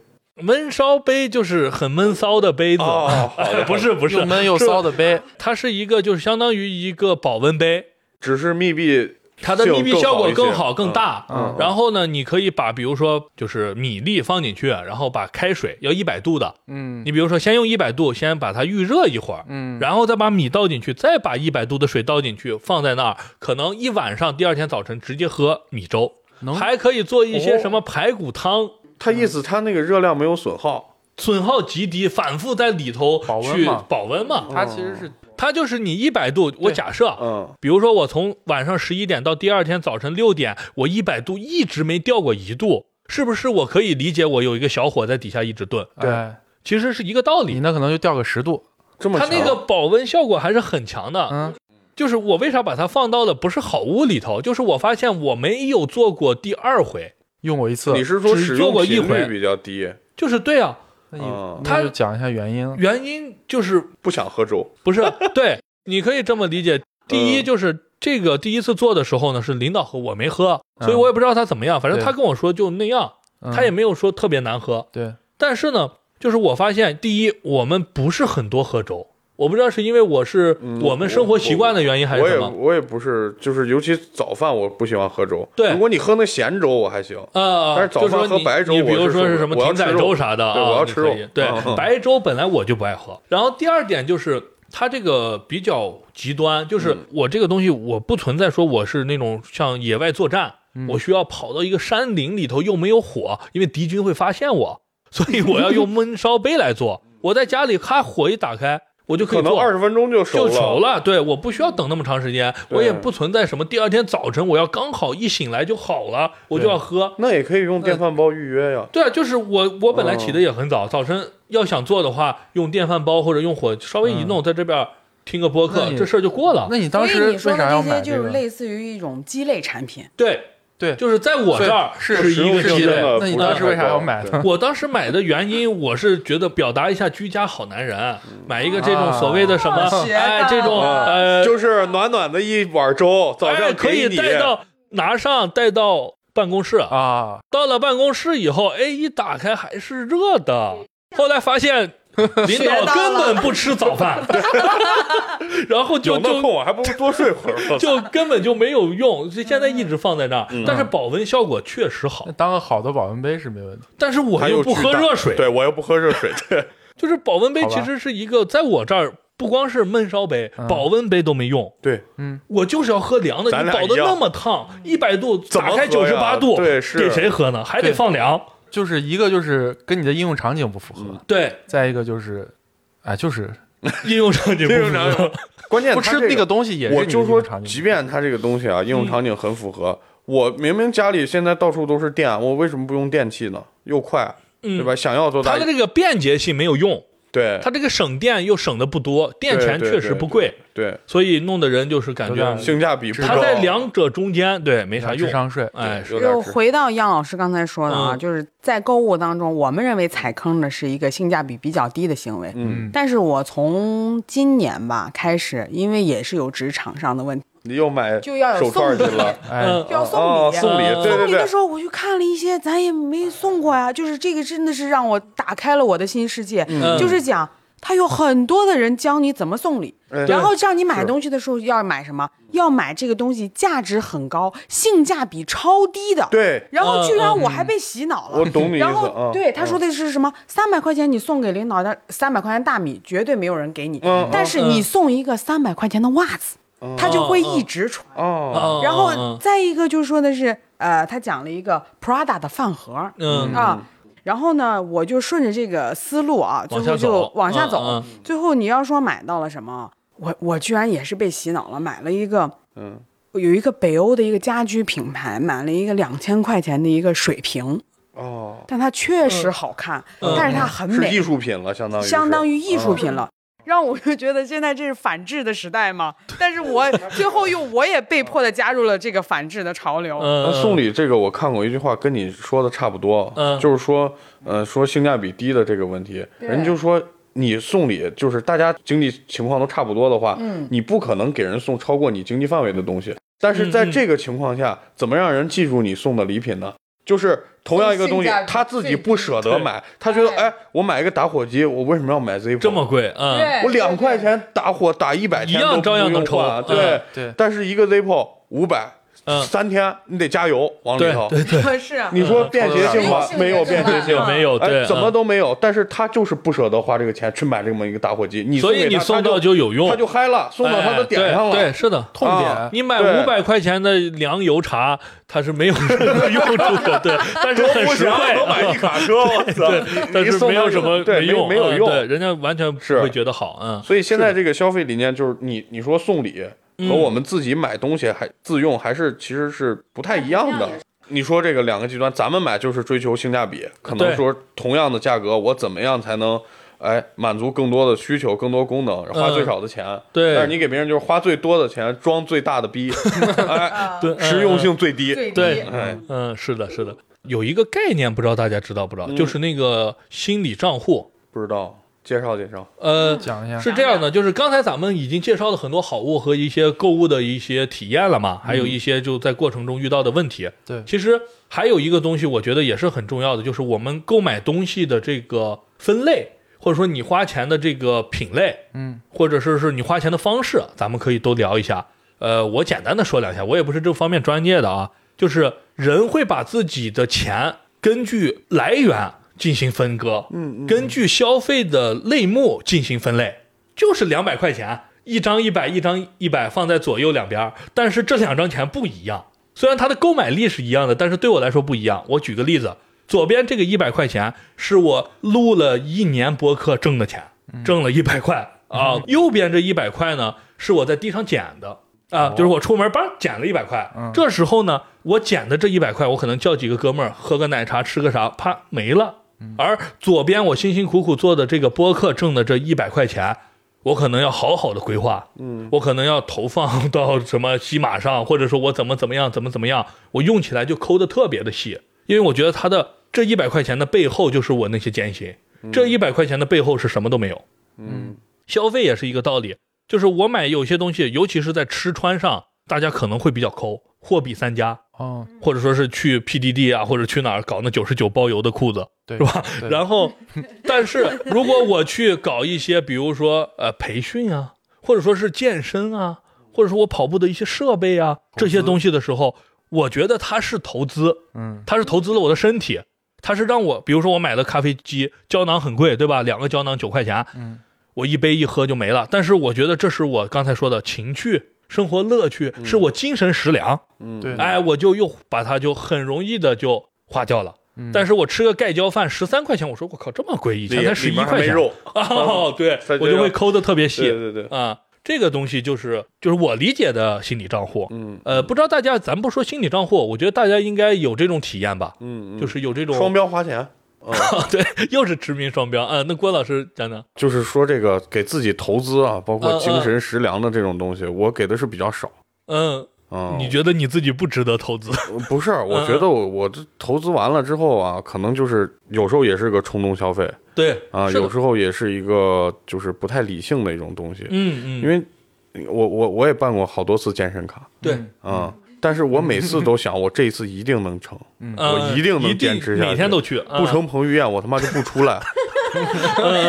焖烧杯就是很闷骚的杯子，
哦，好 <laughs> 的，
<laughs> 不是不
又
是，
闷又骚的
<laughs>
杯，
它是一个就是相当于一个保温杯，
只是密闭，
它的密闭效果更好更
大。
大。
嗯
然后呢，你可以把比如说就是米粒放进去，啊然后把开水要一百度的，
嗯
你比如说先用一百度先把它预热一会儿，
嗯，
然后再把米倒进去，再把一百度的水倒进去，放在那儿，可能一晚上，第二天早晨直接喝米粥，
能
还可以做一些
哦
什么排骨汤，
它意思它那个热量没有损耗，
损耗极低，反复在里头
保温
去
嘛嗯
保温嘛。
它其实是
它就是你一百度，我假设，啊
嗯，
比如说我从晚上十一点到第二天早晨六点，我一百度一直没掉过一度，是不是我可以理解我有一个小火在底下一直炖？啊
对
哎
其实是一个道理
你。那可能就掉个十度，
这么
它
强
那个保温效果还是很强的。
嗯，
就是我为啥把它放到了不是好屋里头？就是我发现我没有做过第二回，
用过一次
你，是说
只
使
做
用
过一
频率
回
比较低，
就是对啊，
那你
嗯
那就讲一下原因。啊
原因就是
不想喝粥？
不
<laughs>
是对，你可以这么理解。第一
嗯
就是这个第一次做的时候呢，是领导喝，我没喝，
嗯
所以我也不知道他怎么样，反正
对
他跟我说就那样，
嗯
他也没有说特别难喝。
对，
但是呢，就是我发现，第一，我们不是很多喝粥，我不知道是因为我是
嗯
我们生活习惯的原因还是
我
什
也
么。
我也不是，就是尤其早饭我不喜欢喝粥。
对
如果你喝那咸粥我还行，
啊，
但是早
就
饭
说
喝
你
白粥
你
我
比如
是
说
受
是
不
什么
了我要
艇仔
吃肉
粥啥的，
对
啊
我要
你
吃
可
肉
以对
嗯，
白粥本来我就不爱喝，然后第二点就是它这个比较极端，
嗯
就是我这个东西我不存在说我是那种像野外作战，
嗯
我需要跑到一个山林里头又没有火，因为敌军会发现我，所以我要用焖烧杯来做。我在家里咔火一打开，我就
嗯可
以
能
做。
二十分钟就熟
就
了。
熟了，对，我不需要等那么长时间，
对
我也不存在什么第二天早晨我要刚好一醒来就好了，我就要喝，
那也可以用电饭煲预约呀。
对啊，就是我我本
哦
来起的也很早，早晨要想做的话，用电饭煲或者用火稍微一
嗯
弄，在这边听个播
那
客，
你
这事儿就过了。
那你当
所以
时
你
为
说
啥
的
要
这些
买
就
这
是
个？
类似于一种鸡肋产品，
对
对
就是在我这儿
所以
是一个
实用
鸡
性
肋。
的
那你
不是
当时
太
为啥要
高
买
对
呢
我当时买的原因，我是觉得表达一下居家好男人，
嗯
买一个这种所谓的什么，
啊学到
哎，这种
啊
呃，
就是暖暖的一碗粥，早
哎
上
可
给
以
你
带到拿上带到办公室。
啊，
到了办公室以后，哎，一打开还是热的。后来发现领导根本不吃早饭，然后就
有那
就
空我还不如多睡会儿。
<laughs> 就根本就没有用，就现在一直放在那
嗯
儿。但是保温效果确实好
那，当个好的保温杯是没问题。
但是我
还
又
有
不
巨
喝
大
热水，
对我又不喝热水，对，
就是保温杯
好吧
其实是一个在我这儿。不光是焖烧杯、保温杯都没用，
对，
我就是要喝凉的。
嗯咱
你
俩
保的
一样
那么烫，一百度
怎么
打开九
喝
十八
呀
度，
对是
给谁喝呢？还得
对
放凉。
就是一个就是跟你的应用场景不符合，
对，
再一个就是，哎，就是
应用场景不
应用场
符合。
关键
不
它
吃
这
那个东西也是
我
你的
就
应
说
用场，景
即便它这个东西啊，应用
嗯
场景很符合。我明明家里现在到处都是电，我为什么不用电器呢？又快，
<laughs> 嗯
对吧？想要多
它
大
的？这个便捷性没有用，
对，
它这个省电又省的不多，电钱
对
确
对
实不贵，
对，
所以弄的人就是感
有
觉
点
性价比不高。
它在两者中间，对，没
啊
啥
智
用。
商税。
哎，是
有点
又
吃
回到杨老师刚才说的啊，
嗯
就是在购物当中，我们认为踩坑呢是一个性价比比较低的行为。
嗯，
但是我从今年吧开始，因为也是有职场上的问题，
你又买
就要有
手串去
送礼
了，
哎，
嗯
就要送
哦
礼。啊
送礼，
嗯
对对
送礼的
对
时，候，我去看了一些咱也没送过呀，就是这个真的是让我打开了我的新世界，
嗯
就是讲他有很多的人教你怎么送礼，
哎
然后让你买
是
东西的时候要买什么，要买这个东西价值很高、性价比超低的，
对，
然后居
嗯
然
嗯
我还被洗脑了。
我懂你意思
然
啊
后。对他
嗯
说的是什么？三百块钱你送给领导的三百块钱大米，绝对没有人给你
嗯嗯。嗯
但是你送一个三百块钱的袜子，他就会一直穿。
哦，
嗯
然后
嗯
再一个就说的是，呃，他讲了一个 Prada 的饭盒
嗯
啊。然后呢，我就顺着这个思路啊，最
往
后
下
就
走
往下走。
嗯
最后你要说买到了什么，我我居然也是被洗脑了，买了一个
嗯，
有一个北欧的一个家居品牌，买了一个两千块钱的一个水瓶，
哦，
但它确实好看，
嗯
但是它很
是艺
美，
术品了，相当于啊
相当
于
于艺术品
嗯
了。让我就觉得现在这是反制的时
<laughs>
代嘛，但是我最后又我也被迫的加入了这个反制的潮流。
嗯，
那
嗯
送礼这个，我看过一句话，跟你说的差不多，
嗯
就是说，呃，说性价比低的这个问题，人就说你送礼，就是大家经济情况都差不多的话，嗯，你不可能给人送超过你经济范围的东西。但是在
嗯嗯
这个情况下，怎么让人记住你送的礼品呢？就是同样一个东西
性价，比
他自己不舍得
最低
买，他觉得，
哎
哎，我买一个打火机，我为什么要买 Zippo？
这么贵，嗯，
对
我两块钱打火打一百天
一样
都不
照样能
用
抽
换
嗯
对
对
但是一个 Zippo 五百
嗯，
三天你得加油往里
对
头。
对对，
是啊，
你说便捷性吗？
嗯
没有便捷
没
性
有，
没有对
哎，怎么
嗯
都没有。但是他就是不舍得花这个钱去买这么一个打火机，你
所以
给
你
他
送到
他就
就有用，
他就嗨了，送到他的点上了。
哎对，对，是的，
痛点
啊
你买
对
五百块钱的凉油茶，它是没有什么用处的，
<laughs>
对，但是很实惠，
能买一卡车，我操！你
但
你
是
送
没
他
有
就
什么
对，没
用，
没有
嗯
用。
对，人家完全不
是
会觉得好，嗯，
所以现在这个消费理念就是你你说送礼和我们自己买东西还自用还是其实是不太一样的。你说这个两个极端，咱们买就是追求性价比，可能
对
说同样的价格，我怎么样才能哎满足更多的需求、更多功能，花最少的钱。
对
但是你给别人就是花最多的钱，装最大的
<laughs>
逼，哎，
对，嗯
实用性最低。
最低
对
哎，
嗯，是的，是的，有一个概念，不知道大家知道不知道，就是那个心理账户。
不知道，介绍介绍。
呃，
讲一下
是这样的，就是刚才咱们已经介绍了很多好物和一些购物的一些体验了嘛，还有一些就在过程中遇到的问题。
嗯对
其实还有一个东西，我觉得也是很重要的，就是我们购买东西的这个分类，或者说你花钱的这个品类，
嗯，
或者是是你花钱的方式，咱们可以都聊一下。呃，我简单的说两下，我也不是这方面专业的啊，就是人会把自己的钱根据
嗯
来源进行分割，嗯，根据消费的类目进行分类。就是两百块钱，一张一百，一张一百放在左右两边儿，但是这两张钱不一样。虽然它的购买力是一样的，但是对我来说不一样。我举个例子，左边这个一百块钱是我录了一年播客挣的钱，挣了一百块啊。右边这一百块呢，是我在地上捡的。啊，就是我出门叭捡了一百块，这时候呢，我捡的这一百块，我可能叫几个哥们儿喝个奶茶，吃个啥，啪没了。而左边我辛辛苦苦做的这个播客挣的这一百块钱，我可能要好好的规划，嗯，我可能要投放到什么西马上，或者说我怎么怎么样，怎么怎么样，我用起来就抠的特别的细，因为我觉得他的这一百块钱的背后就是我那些艰辛，这一百块钱的背后是什么都没有，
嗯，
消费也是一个道理，就是我买有些东西，尤其是在吃穿上，大家可能会比较抠，货比三家，
哦，
或者说是去 PDD 啊，或者去哪儿搞那九十九包邮的裤子，
对，
是吧
对？
然
<laughs>
后，但是如果我去搞一些，比如说呃培训啊，或者说是健身啊，或者说我跑步的一些设备啊这些东西的时候，我觉得它是投资，
嗯，
它是投资了我的身体，它是让我，比如说我买的咖啡机胶囊很贵，对吧？两个胶囊九块钱，
嗯，
我一杯一喝就没了。但是我觉得这是我刚才说的情趣。生活乐趣是我精神食粮，
嗯，
嗯对，
哎，我就又把它就很容易的就花掉了。
嗯
但是我吃个盖浇饭十三块钱，我说我靠这么贵，以前才十
里
一
面还
块
没
钱，
肉，
<laughs> 哦，
<laughs>
对
它，就
我就会抠的特别
对
细
对对，
啊。这个东西就是就是我理解的心理账户，
嗯
呃，不知道大家，咱不说心理账户，我觉得大家应该有这种体验吧，
嗯，嗯
就是有这种
双标花钱，
<laughs> 对，又是殖民双标啊。那郭老师讲讲，
就是说这个给自己投资啊，包括
嗯
精神食粮的这种东西，我给的是比较少。
嗯，
嗯，
你觉嗯得你自己不值得投资？ <laughs>
不是？我觉得我我这投资完了之后啊，可能就是有时候也是个冲动消费
对
啊，
是的
有时候也是一个就是不太理性的一种东西。
嗯
因
嗯，
为我我我也办过好多次健身卡
对，嗯
啊，但是我每次都想，我这一次一定能成，
呃
一定能坚持下去
每天都去，啊
不成彭于晏，我他妈就不出
<laughs>
来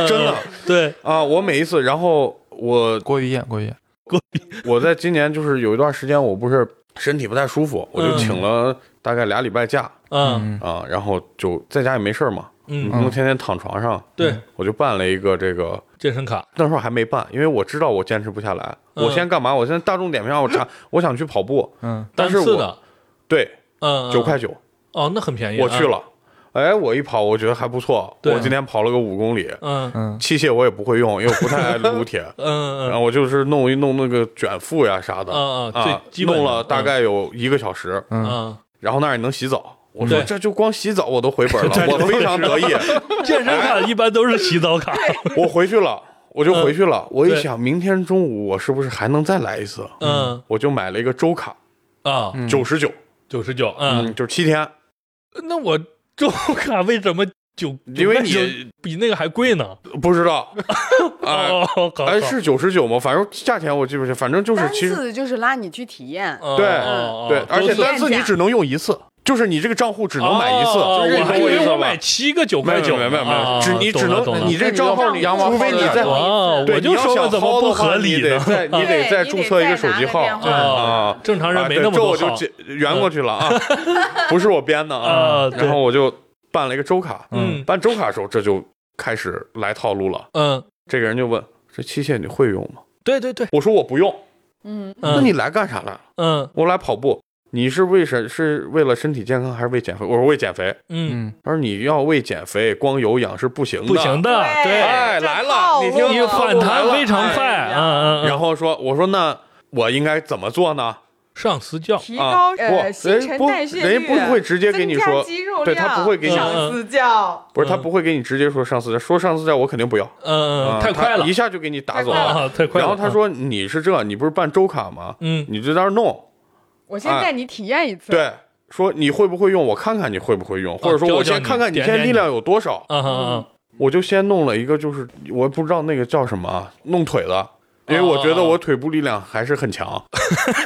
真
的
对，
啊！我每一次，然后我
郭于晏，郭于晏，
<laughs>
我在今年就是有一段时间，我不是身体不太舒服，我就
嗯
请了大概俩礼拜假
嗯
啊，然后就在家也没事儿嘛，你
嗯，
不能天天躺床上，嗯
对，
我就办了一个这个。
健身卡，
那时候还没办，因为我知道我坚持不下来。
嗯
我先干嘛？我现在大众点评上
<laughs>
我查，我想去跑步，
嗯，
但
单
是
次
我
的，
对，
嗯，
九块九，
哦，那很便宜，
我去，了，哎，我一跑，我觉得还不错。
对
我今天跑了个五公里，
嗯嗯。
嗯，
器械我也不会用，因为我不太爱撸铁
<laughs> 嗯
然后我就是弄一弄那个卷腹呀啥的，
嗯嗯
啊
最，基本的
弄了大概有一个小时，
嗯
嗯
嗯，
然后那儿也能洗澡。我说
对
这就光洗澡我都回
<laughs>
本了，我非
啊
常得意。
健身卡一般都是洗澡卡，
我回去了，我就回去了。我
嗯
一
对
想，明天中午我是不是还能再来一次？
嗯
我就买了一个周卡，
啊，
九十九，
九十九，嗯，，
就是七天，
那我周卡为什么九？
嗯因为
九块
你
九比那个还贵呢，
不
<laughs>
知道，哎
哦，好好
哎，是九十九吗？反正价钱我记不清，反正就是
单
其实
次就是拉你去体验，
哦
对
哦哦
对，而且
都是
单次你只能用一次，就是你这个账户只
只
能买一次，
哦我还以
一
为
次
我买七个九
没
块
有
九，
没有没有没
啊
有，只你只
懂了懂了
能你这账号你，
羊
除
毛
非你
薅
在
羊毛
哇，
对
我就说我怎么不合理
你要
呢
想薅的？ <laughs> 话你得在你得再注册一个手机号
对你得再拿个电话
啊
哦，正常人
啊
没
对
那么
这
多
我就
号
解圆过去了啊，不是我编的
啊
啊，
对
然后我就办了一个周卡，
嗯
办周卡的时候这就开始来套路了，
嗯，
这个人就问这器械你会用吗？
对对对，
我说我不用，
嗯，
那
嗯
你来干啥来了？
嗯
我来跑步。你是为什是为了身体健康还是为减肥？我说为减肥。
嗯，
嗯，
他说你要为减肥光有氧是不行的，
不行的，嗯对，
哎，
这
来了，
套
你
路
听
你反弹非常快，
哎
嗯嗯，
然
后
后说，我说那我应该怎么做呢？
上私教，
提
啊，
高
不，
呃新
人
陈
不，
代谢率，
人家不会直接给你
增加
说，
肌肉量，
对他不会给你，
嗯
上私教，
不是他
嗯
不会给你直接说上私教，说上私教我肯定不要，
嗯
啊
嗯，太快
他
了
一，下就给你打走了。
啊，太快了。
然后他，说你是这，你不是办周卡吗？
嗯
你就在那儿弄，
我先带你体验一次，
啊对，说你会不会用，我看看你会不会用，或者说
啊教
我
教
先
你
看看你
点
现在
点
力
你
量有多少，
啊啊啊，
我就先弄了一个，就是我也不知道那个叫什么啊，弄腿的，因为我觉
哦
得我腿部力量还是
<laughs>
很强，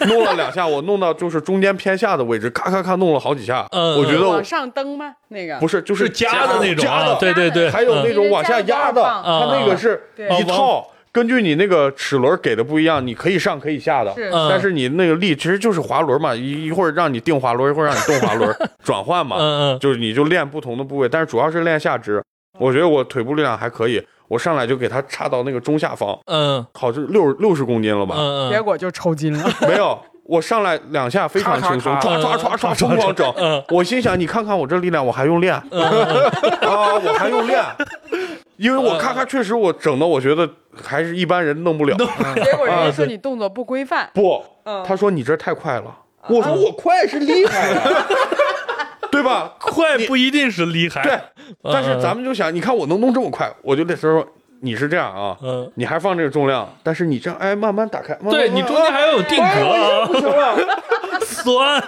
弄了两下，我弄到就是中间偏下的位置，咔咔咔弄了好几下，
嗯
我觉得我
往上蹬吗？那个
不是就是
夹的那种
夹
啊，
的，
对对对，
还有那种往下压的，
嗯
它那个是
嗯
一套。根据你那个齿轮给的不一样，你可以上可以下的，
是
嗯
但是你那个力其实就是滑轮嘛，一一会儿让你定滑轮，一会儿让你动
<laughs>
滑轮转 <laughs> 换嘛，
嗯嗯
就是你就练不同的部位，但是主要是练下肢。我觉得我腿部力量还可以，我上来就给它插到那个中下方，
嗯
好就六六十公斤了吧？
嗯
结
嗯，
果就抽筋了。
没有，我上来两下非常轻松，
咔
咔
抓
咔
抓抓抓疯狂整。我心想，你看看我这力量，我还用练啊，我还用练，因为我咔咔确实我整的，我觉得还是一般人弄不了。
结果
啊
人家说你动作不规范，
不，他说你这太快了。我说我快是啊厉
哎
害的，对吧？
快不一定是厉害，
对，但是
嗯
咱们就想，你看我能弄这么快，我就那时候你是这样啊，
嗯
你还放这个重量，但是你这样哎，慢慢打开，慢慢
对
慢慢
你中间还要有定
哎我一下
格，
不行了，
酸，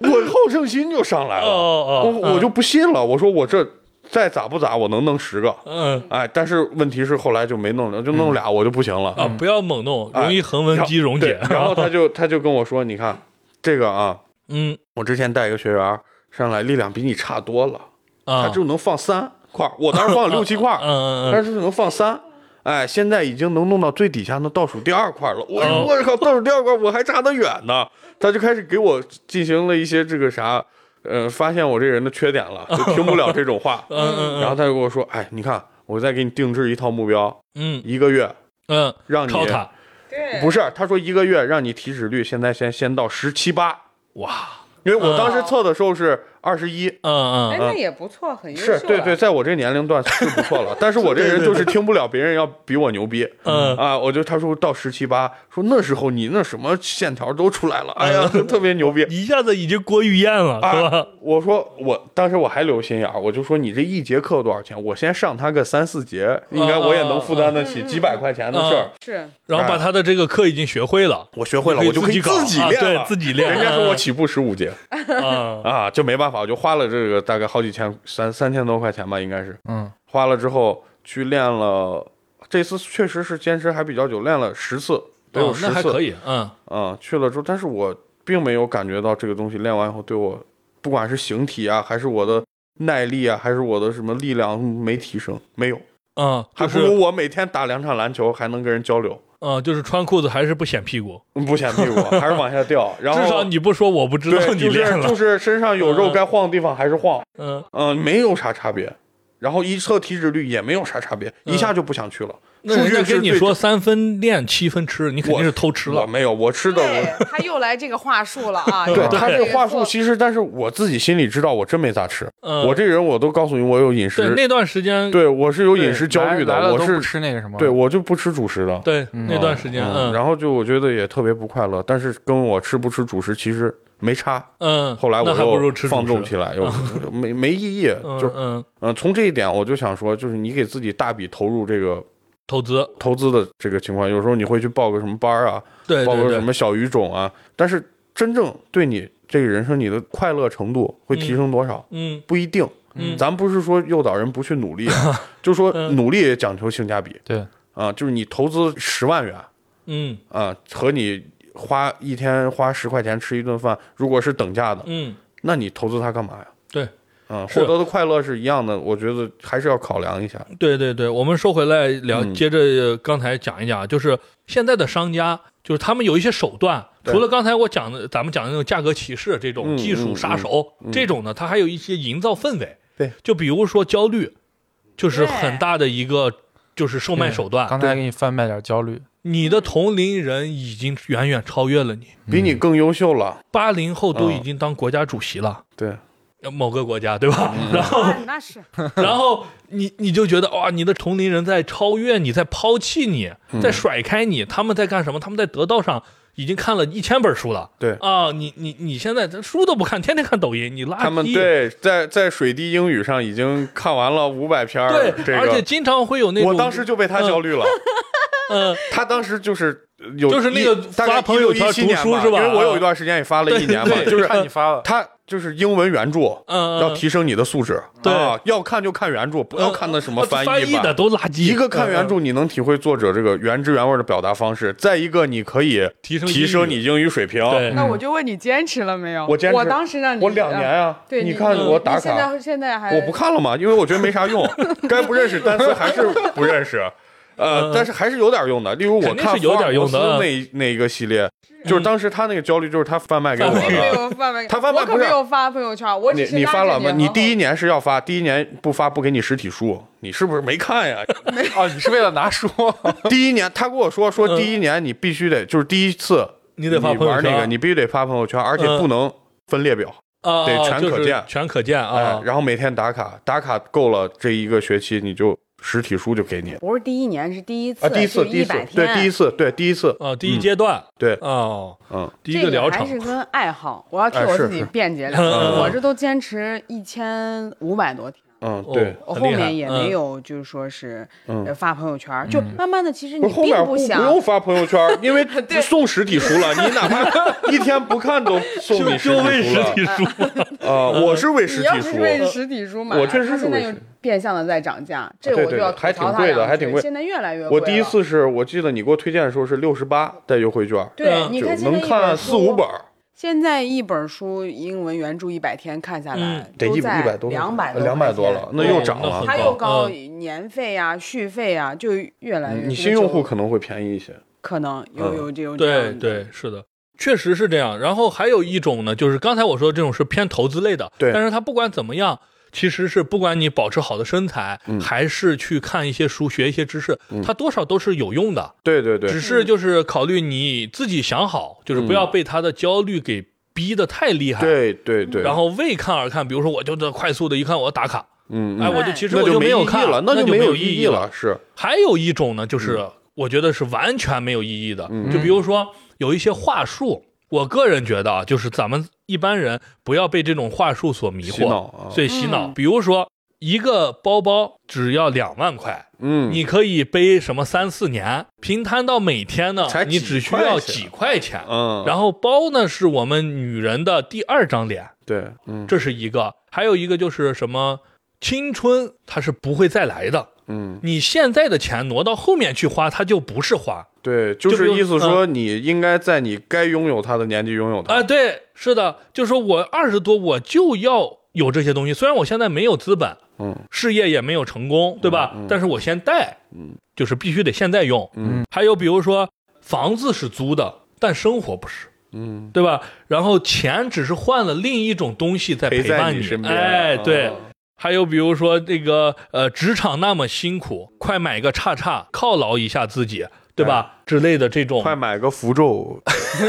我好胜心就上来了，
哦哦
我我就不信了，我说我这再咋不咋，我能弄十个，
嗯
哎，但是问题是后来就没弄了，就弄俩我就不行了，
啊，不要猛弄，容易横
然
纹
后
肌溶
对
解。<laughs>
然后他就他就跟我说，你看这个啊，
嗯
我之前带一个学员上来力量比你差多了，他
啊，
就能放三块，我当时放了六七
<laughs>
块，
嗯嗯嗯
但是能放三。哎，现在已经能弄到最底下，那倒数第二块了。我
哦
我靠，倒数第二块我还差得远呢。他就开始给我进行了一些这个啥，呃，发现我这人的缺点了，就听不了这种话。
<laughs> 嗯嗯，
然后他就跟我说：“哎，你看，我再给你定制一套目标，
嗯
一个月
嗯，
让你
超塔，
对
嗯不是，他啊说一个月让你体脂率现在先先到十七八，
哇，
因为我当时测的时候是二十一，
嗯
哎，
嗯
那也不错，很优秀
是
了。
对对，在我这年龄段是不错了，但是我这人就是听不了别人要比我牛逼，
嗯
啊，我就他说到十七八，说那时候你那什么线条都出来了，哎呀，
嗯
就特别牛逼。
一下子已经郭玉燕了，是
啊
吧？！
我说我当时我还留心眼啊儿，我就说你这一节课多少钱？我先上他个三四节，应该我也能负担得
嗯
起几百块钱的事儿。
是
然后把他的这个课已经学会了，
嗯我学会了，
你
我就可以
自搞
自己练
啊
了
对，自己练。
人家说我起步十五节 <laughs>
啊，
啊，就没办法，我就花了这个大概好几千，三三千多块钱吧，应该是。
嗯，
花了之后去练了，这次确实是坚持还比较久，练了十次，得有
哦
十次。
那还可以，嗯
嗯，去了之后，但是我并没有感觉到这个东西练完以后对我，不管是形体啊，还是我的耐力啊，还是我的什么力量没提升，没有，
嗯，
还
就
不
是
如我每天打两场篮球还能跟人交流，
嗯，就是穿裤子还是不显屁股，
嗯不显屁股，还是往下
<laughs>
掉。然后
至少你不说我不知道
对，
你
就是
练了
就，是身上有肉
嗯
该晃的地方还是晃，
嗯，
嗯，没有啥差别。然后一测体脂率也没有啥差别，一
嗯
下就不想去了。
那
数
人
据
家
是
跟你
最
说三分练七分吃，你肯定是偷吃
我
了。
没有，我吃的我。
对，他又来这个话术了啊！
对
又
他这
个
话术，
做
其实但是我自己心里知道，我真没咋吃。
嗯，
我这人我都告诉你，我有饮
对
食，
那段时间，
对我是有饮食焦虑
来来
的，
了
我
都不
是
吃那个什么，
对我就不吃主食的。
对
嗯
那段时间，
嗯，
嗯
然后就我觉得也特别不快乐，但是跟我吃不吃主食其实没差。
嗯，
后来我
那还不如
又
吃主
放纵
食
起来，又又没没意义。
嗯
就
嗯，
嗯，从这一点我就想说，就是你给自己大笔投入这个
投资，
投资的这个情况，有时候你会去报个什么班儿啊，
对
包
对
括什
对，
么小语种啊，但是真正对你这个人生你的快乐程度会提升多少，
嗯
不一定。
嗯
咱不是说诱导人不去努力啊，
<laughs>
就说
嗯
努力也讲求性价比
对，
啊，就是你投资十万元
嗯
啊，和你花一天花十块钱吃一顿饭，如果是等价的，
嗯，
那你投资它干嘛呀？
对，
嗯，
是
获得的快乐是一样的，我觉得还是要考量一下。
对对对，我们说回来聊，
嗯
接着刚才讲一讲，啊就是现在的商家，就是他们有一些手段，
对
除了刚才我讲的，咱们讲的那种价格歧视这种
嗯
技术杀手、这种呢，它还有一些营造氛围，
对，
就比如说焦虑，就是
对
很大的一个就是售卖手段，
刚才给你贩卖点焦虑，
你的同龄人已经远远超越了你，
比你更优秀了，
八零后都
嗯
已经当国家主席了。
对，
呃某个国家对吧？
嗯
<laughs> 然后
啊那是
<laughs> 然后你你就觉得哇，你的同龄人在超越你，在抛弃你，
嗯
在甩开你，他们在干什么？他们在得道上已经看了一千本书了。
对
啊，你你你现在这书都不看，天天看抖音，你垃圾。
他们对在在水滴英语上已经看完了五百篇儿，
对
这个
而且经常会有那种，
我当时就被他焦虑了，
嗯
他当时就是有
就是那个
一大概
发朋友圈
16 17年
读书是吧
因为我有一段时间也发了一年嘛，
<laughs>
对对
就是
看你发了，
他就是英文原著。
嗯，
要提升你的素质，
对
啊，要看就看原著，不要看那什么
呃翻
译
的
版。
都垃圾。
一个看原著，你能体会作者这个原汁原味的表达方式；再一个，你可以
提升英语
提升你英语水平。
对
那我就问你坚持了没有？
嗯我坚持
我当时让你
我两年
呃
啊，
啊，
对
你看我打
你现
卡，
在现在
<laughs>
还
我不看了嘛，因为我觉得没啥用，该不认识单词还是不认识。呃，但是还是有点用的。例如我
嗯肯定
看
是有点用的嗯
福尔摩斯那那一个系列，就是当时他那个焦虑就是他贩卖给我
贩卖
的
给
没。有贩卖，
<laughs> 他贩卖
我可
不是
没有发朋友圈，我
你
只是
你
拉
发
着
了吗？你第一
一
年是要发，第一年不发不给你实体书，你是不是没看呀？
<laughs> 哦，你是为了拿书？
<laughs> 第一年他跟我说说，
嗯
第一年你必须得就是第一次
你得发朋友
玩
圈，
那个，你必须得发朋友圈，而且
嗯
不能分列表，
啊
得全
就是
可见
全可见
哎
啊，。
然后每天打卡，打卡够了这一个学期，你就实体书就给你
不是第一年，是第一次，
啊，第一次，
是
第一次
100，
对，
天
第一次，对，第一次，
啊，第一阶段，
对，
哦，
嗯，
第一个疗
这还
程，
是跟爱好，我要替
哎
我
是
自己
是
辩
<laughs>
解两
嗯
句，
嗯
我这都坚持一千五百多天，
嗯，
哦
对，
我
很
后
厉害
面也
嗯
没有就是说是
嗯
呃发朋友圈，就慢慢的其实
不
你
是后
并
面不
想
用发朋友
<laughs>
圈，因为送实体书了，你哪怕一天不看都送
就
你
就为
实
实
体
体书，嗯
书了啊！我是为实
你要
体
是
书，
为实体书买，啊
我确实
它
是
现在
为
又
实体
变相的在涨价，这
啊对
我就
对
要
对
吐
还
槽
挺
它
贵的
两
还
句
挺贵
现在越来越贵
我
了。
第一次是我记得你给我推荐的时候是六十八带优惠券，
对，
嗯
你
就
看现在
能
一
看
本
四五
书
本儿，
现在一本书英文原著一百天看下来
嗯，
得一一百多，呃
两百
两百多了，那又涨
那
了
很。
它又高
嗯
年费啊、续费啊，就越来越。
嗯你新用户可嗯能会便宜一些，
可能有有这有这
对
样的
对，是的，确实是这样。然后还有一种呢，就是刚才我说这种是偏投资类的，
对
但是它不管怎么样。其实是不管你保持好的身材，
嗯
还是去看一些书、学一些知识，它多少都是有用的。
对对对
只，是就是考虑你自己想好，就是不要被他的焦虑给逼得太厉害。
对对对。
然后为看而看，比如说我就这快速的一看我要打卡，
嗯，
哎，
嗯
我就其实
那
我
就
没有
意义
看
了，
那
就
没
有
意
义了，是，
还有一种呢，就是我觉得是完全没有意义的，
嗯
就比如说有一些话术，我个人觉得啊，就是咱们一般人不要被这种话术所迷
洗脑
惑，
啊
所以洗脑。
嗯
比如说一个包包只要两万块，
嗯，
你可以背什么三四年，平摊到每天呢
才，
你
几
只需
块
要
钱
几块钱。
嗯，
然后包呢是我们女人的第二张脸，
对，嗯，
这是一个，还有一个就是什么青春，它是不会再来的。
嗯，
你现在的钱挪到后面去花，它就不是花
对，就嗯
就是比如
意思说你应该在你该拥有它的年纪拥有
啊、
它。
对，是的，就是说我二十多我就要有这些东西，虽然我现在没有资本，
嗯，
事业也没有成功，对吧？但是我先贷，
嗯，
就是必须得现在用。
嗯，
还有比如说房子是租的，但生活不是。
嗯，
对吧？然后钱只是换了另一种东西在
陪
陪
在
伴
你身边
哎，
啊
对。还有比如说这个呃，职场那么辛苦，快买个叉叉犒劳一下自己，对吧？之类的这种
快买个符 <laughs> 咒，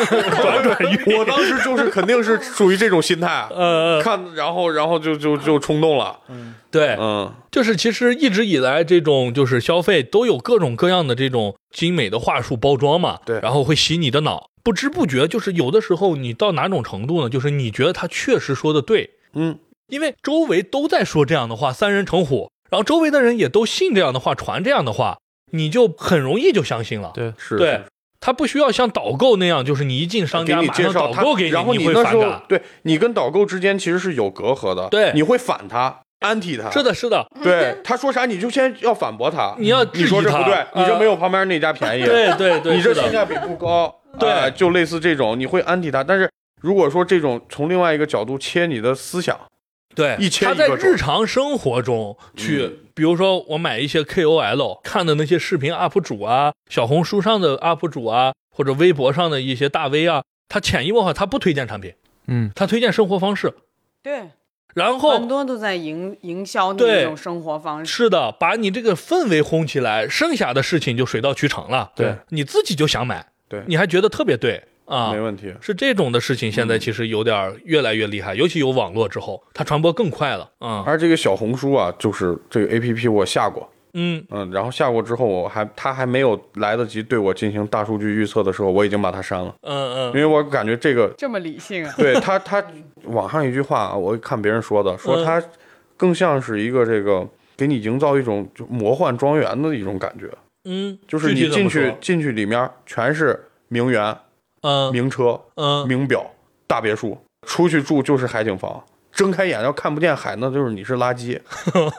转转运，
我当时就是肯定是属于这种心态，啊
呃，
看，然后然后就就就冲动了，
对，
嗯，
就是其实一直以来这种就是消费都有各种各样的这种精美的话术包装嘛，
对
然后会洗你的脑，不知不觉就是有的时候你到哪种程度呢？就是你觉得他确实说的对，
嗯，
因为周围都在说这样的话，三人成虎，然后周围的人也都信这样的话，传这样的话，你就很容易就相信了。
对，
是，
对他不需要像导购那样，就是你一进商
给
家
你
马
介
上
绍
导
他
购给，你，
然后
你会
那时
反
候啊
感。
对你跟导购之间其实是有隔阂的，
对
你会反他，anti 他，
是，的，是的，
对他说啥你就先要反驳他，
你要质疑
你说这不对，
他
你这
呃
没有旁边那家便宜，
对对对，
你这
是的
性价比不高，
对
哎就类似这种，你会安迪他。但是如果说这种从另外一个角度切你的思想，
对，
一千
他
一
在
个种嗯
日常生活中去，比如说我买一些 KOL 看的那些视频 UP 主啊，小红书上的 UP 主啊，或者微博上的一些大 V 啊，他潜移默化，他不推荐产品，
嗯，
他推荐生活方式，
对，
然
很
后
多都在营营销那
对
种生活方式。
是的，把你这个氛围烘起来，剩下的事情就水到渠成了。
对，
你自己就想买，
对
你还觉得特别对啊
没。问嗯题。
是这种的事情，现在其实有点儿越来越厉害，尤其有网络之后，它传播更快了。嗯
而这个小红书啊，就是这个 A P P 我下过，
嗯，
嗯，然后下过之后，我还它还没有来得及对我进行大数据预测的时候，我已经把它删了，
嗯
因为我感觉这个！
这么理性啊
对它它网上一句话啊，我看别人说的，说
嗯
它更像是一个这个给你营造一种就魔幻庄园的一种感觉，
嗯嗯，
就是
具
你
体怎
进
么
去
说
进去里面全是名媛、
嗯
名车、
嗯
名表、大别墅，出去住就是海景房。睁开眼要看不见海，那就是你是
<laughs>
垃圾。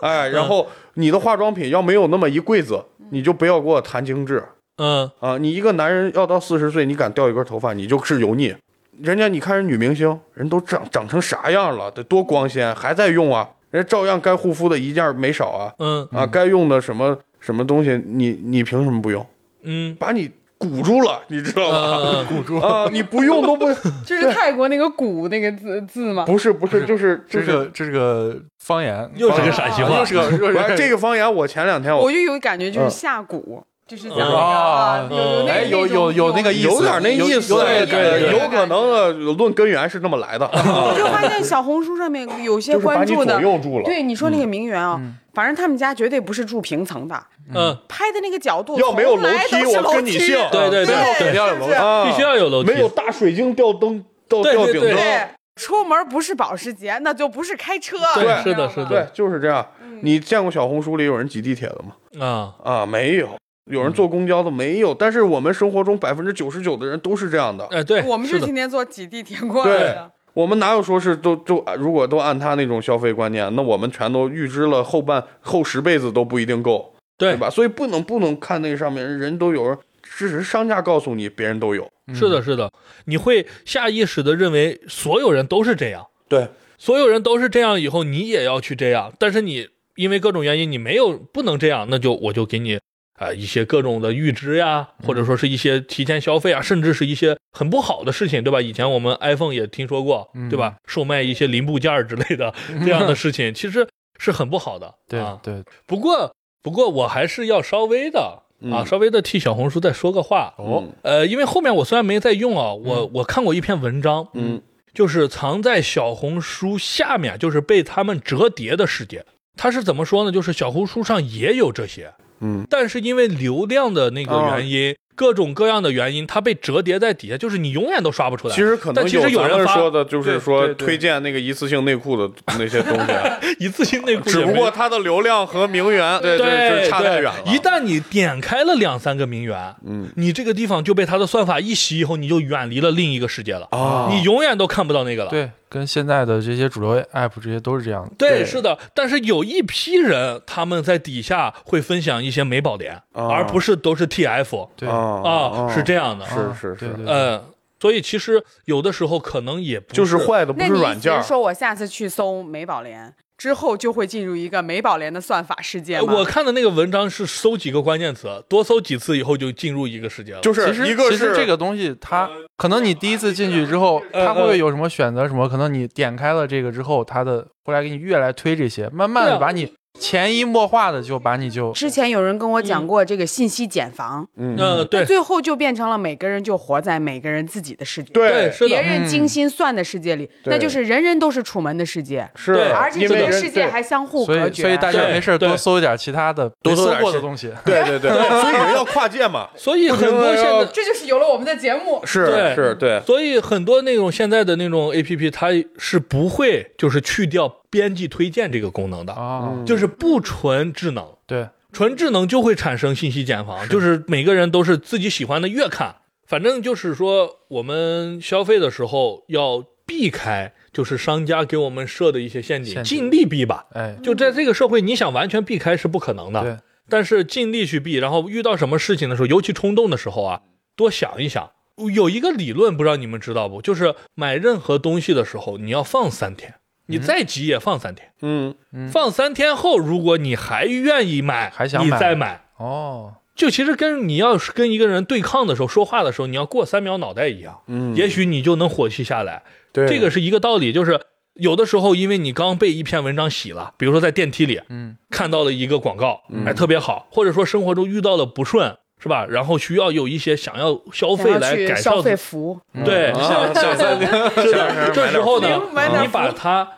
哎，然后你的化妆品要没有那么一柜子，你就不要给我谈精致
嗯
啊！你一个男人要到四十岁，你敢掉一根头发，你就是油腻。人家你看人女明星，人都长长成啥样了，得多光鲜，还在用啊！人家照样该护肤的一件儿没少啊
嗯
啊，该用的什么什么东西，你你凭什么不用？
嗯，
把你鼓住了，你知道
呃
吗？
<laughs>
固住
啊，你不用都不
就是泰国那个“古”那个字字嘛。
不是不是，就是就
这
是。
个这是个方言，
又是个陕西
啊
话，
<laughs>
哎
又是个又是
<laughs>
我
个
这个方言，我前两天我
我就有感觉就是
嗯
下蛊，就是讲
嗯
那个啊有有那
哎，有
那种
有有那个意
嗯
思，
有点那意思，哎
有有点那个感
对
觉
有可能呃论根源是这么来的，啊
我就发现小红书上面有些
就是把
关
你
注的
左，右住了。嗯
对你说那个名媛啊，反正他们家绝对不是住平层的，
嗯，
拍的那个角度
要没有
从来
梯，
都是
我跟你
楼梯
姓。
对对
对
对
肯定要有楼
是不是
啊，
嗯必须要有楼梯
没有大水晶吊灯吊
对
吊
对
顶
对
灯，
对，出门不是保时捷，那就不是开车。嗯
对，是的，是
对
你知道吗
对
的，，
就是这样。你见过小红书里有人挤地铁的吗？
啊，
啊，没有。有人坐公交的没有，但是我们生活中百分之九十九的人都是这样的。
哎，对，
我们
是
是
的，
天天坐挤地铁过来的。
我们哪有说是都都如果都按他那种消费观念，那我们全都预支了后半后十辈子都不一定够，对
对，
吧？所以不能不能看那上面人都有，只是商家告诉你别人都有，
嗯
是
嗯
的，是的，你会下意识的认为所有人都是这样，
对，
所有人都是这样，以后你也要去这样，但是你因为各种原因你没有不能这样，那就我就给你啊、呃一些各种的预支呀，或
嗯
者说是一些提前消费啊，甚至是一些很不好的事情，对吧？以前我们 iPhone 也听说过，
嗯
对吧？售卖一些零部件儿之类的这样的事情，其实是很不好的，
对
啊。
对，
不过不过我还是要稍微的。啊，
嗯
稍微的替小红书再说个话，
嗯
哦，
呃，因为后面我虽然没在用啊，我、我看过一篇文章，
嗯，
就是藏在小红书下面，就是被他们折叠的世界。它是怎么说呢？就是小红书上也有这些，
嗯，
但是因为流量的那个
哦
原因，各种各样的原因，它被折叠在底下，就是你永远都刷不出来。
其实可能
但其实有
咱
人
们
发
说的就
对
是说
对对
推荐那个一次性内裤的那些东
<laughs>
西啊，
一次性内裤也
只
没，
不过它的流量和名媛对
对
就是差太
对
远了。
一旦你点开了两三个名媛，
嗯
你这个地方就被它的算法一洗以后，你就远离了另一个世界了，
啊
你永远都看不到那个了。
对，跟现在的这些主流 app 这些都是这样的。
对，是的，但是有一批人他们在底下会分享一些美宝莲，
啊
而不是都是 TF
对
啊，是这
样，
样的，
是是
对
是，
对
呃，所以其实有的时候可能也不
就是坏的不
那
是
你
软
意思
件儿，
说我下次去搜美宝莲之后，就会进入一个美宝莲的算法世界
呃
吗？
我看的那个文章是搜几个关键词，多搜几次以后就进入一个世界了。
就
其
是
实
一个
其实
是
这个东西它，可能你第一次进去之后，
呃
它会不会有什么选择什么？可能你点开了这个之后，它的会来给你越来推这些，慢慢
对
的
啊
把你潜移默化的就把你就
之前有人跟我讲
嗯
过这个信息茧房，
嗯
呃，
那
对
最后就变成了每个人就活在每个人自己的世界，
对，
对
是
别
的，
人精心算的世界里，那就是人人都是楚门的世界，
是
对，
而且
因
这
为
个
人
世界
对
还相互
所
隔
以
绝。
所以大家
对
没事儿
对
多搜一点其他的
多
没
搜
搜
点
过的
信
东西。
对对对，所以人要跨界嘛，
所以很多现在。
这就是有了我们的节目。
对
是是，对，
所以很多那种现在的那种 A P P，它是不会就是去掉编辑推荐这个功能的，
嗯
啊，
就是不纯智能。
对，
纯智能就会产生信息茧房，就是每个人都是自己喜欢的越看，反正就是说我们消费的时候要避开，就是商家给我们设的一些陷阱，
陷阱
尽力避吧。
哎，
就在这个社会，你想完全避开是不可能的，
对，
但是尽力去避，然后遇到什么事情的时候，尤其冲动的时候啊，多想一想。有一个理论，不知道你们知道不？就是买任何东西的时候，你要放三天，你再急也放三天。
嗯，
放三天后，如果你还愿意买，
还想
你
买
再买。
哦，
就其实跟你要是跟一个人对抗的时候，说话的时候，你要过三秒脑袋一样，
嗯
也许你就能火气下来。
对
这个是一个道理，就是有的时候因为你刚被一篇文章洗了，比如说在电梯里，
嗯，
看到了一个广告，哎，特别好，或者说生活中遇到了不顺，是吧？然后需要有一些想要消
想
费
要
来
去
改
消
善
费
自，
服，
嗯
嗯
对，
想想在
<laughs> 是的，这时候呢
零买，点
你把它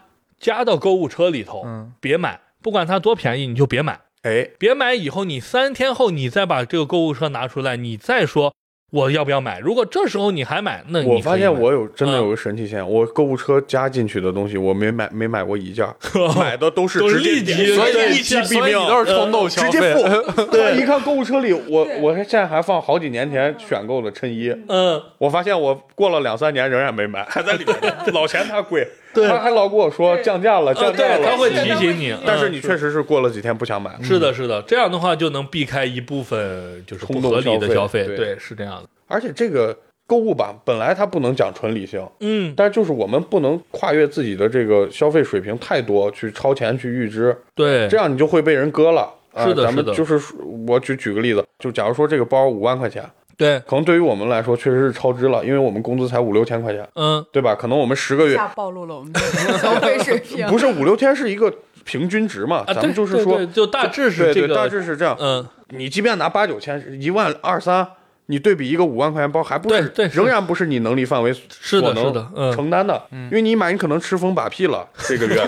加到购物车里头，
嗯
别买，不管它多便宜，你就别买。
哎，
别买以后，你三天后你再把这个购物车拿出来，你再说我要不要买。如果这时候你还买，那你
我发
可以
现
买
我有真的
嗯
有个神奇现象，我购物车加进去的东西，我没买没买过一
<laughs>
件儿，买的都是
都是
直接
立即
点
所以
对
你
一击毙
所以
命，
你都是冲动消
直接
费，
<laughs> 付。对，一看购物车里，我我现在还放好几年前选购的衬衣，
嗯，
我发现我过了两三年仍然没买，还 <laughs> 在里面呢，老嫌它贵，他还老跟我说降价了，
呃
降价
对，
了，
他会提醒你，
但是
嗯
你确实是过了几天不想买了。
是的，是的，这样的话就能避开一部分就是不
冲动
合理的
消
费，
费对
对，是这样的，
而且这个购物吧，本来它不能讲纯理性，
嗯，
但就是我们不能跨越自己的这个消费水平太多，去超前去预支，
对
这，样你就会被人割了。啊
是的
咱
是
们
的
就是说我举举个例子，就假如说这个包五万块钱，
对，
可能对于我们来说确实是超支了，因为我们工资才五六千块钱，
嗯，
对吧？可能我们十个月
下暴露了我们的消费水
<laughs>
平。
不是五六千是一个平均值嘛，
啊，
咱们
对
就是
对
说
对就大致是
对
这个，
对，大致是这样。
嗯，
你即便拿八九千、一万二三，你对比一个五万块钱包，还不是
对对是
仍然不是你能力范围
是
所
的，是
能
的，嗯，
承担的，因为你买你可能吃风把屁了这
<laughs>
个月。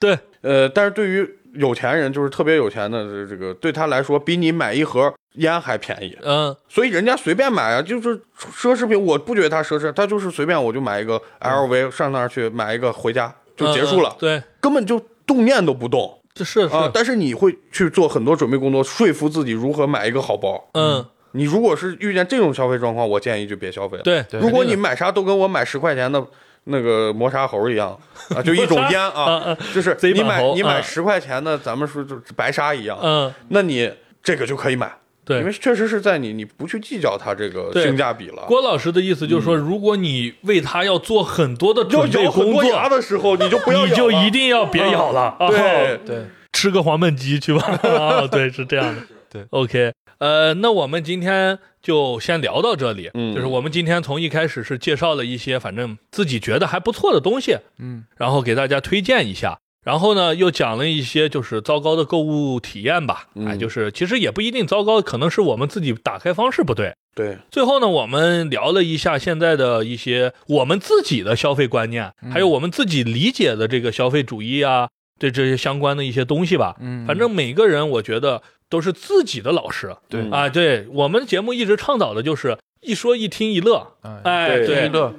对，
呃，但是对于有钱人，就是特别有钱的这这个，对他来说比你买一盒烟还便宜，
嗯，
所以人家随便买啊，就是奢侈品，我不觉得他奢侈，他就是随便我就买一个 LV，上那儿去买一个回家就结束了
嗯嗯嗯，对，
根本就动念都不动
这是
啊。
是，
但是你会去做很多准备工作，说服自己如何买一个好包。
嗯，
你如果是遇见这种消费状况，我建议就别消费了。
对，
对
如果
肯
你
定的
买啥都跟我买十块钱的那个磨砂猴
<laughs>
一样啊，就一种烟啊，
啊，
就是
贼
你
马
买
猴
你
啊
买十块钱的，咱们说就是白沙一样，
嗯，
那你这个就可以买，因为
对。
确实是在你你不去计较它这个
对
性价比了。
郭老师的意思就是说，如果你为他要做很多的
嗯要
准备
咬很
工
多
作，
牙的时候，你就不
<laughs>
要
你就
咬了
一定要别咬了，啊
对，
对，
吃个黄焖鸡
<laughs>
去吧。啊，对，是这样的。
对
，OK，呃，那我们今天就先聊到这里。
嗯
就是我们今天从一开始是介绍了一些反正自己觉得还不错的东西，
嗯，
然后给大家推荐一下。然后呢，又讲了一些就是糟糕的购物体验吧，
嗯
哎，就是其实也不一定糟糕，可能是我们自己打开方式不对。
对，
最后呢，我们聊了一下现在的一些我们自己的消费观念，还有我们自己理解的这个消费主义啊，对这些相关的一些东西吧。
嗯，
反正每个人，我觉得都是自己的老师
对
嗯
啊。对我们节目一直倡导的就是一说一听一乐，
哎，
哎，
对
娱
对，
乐，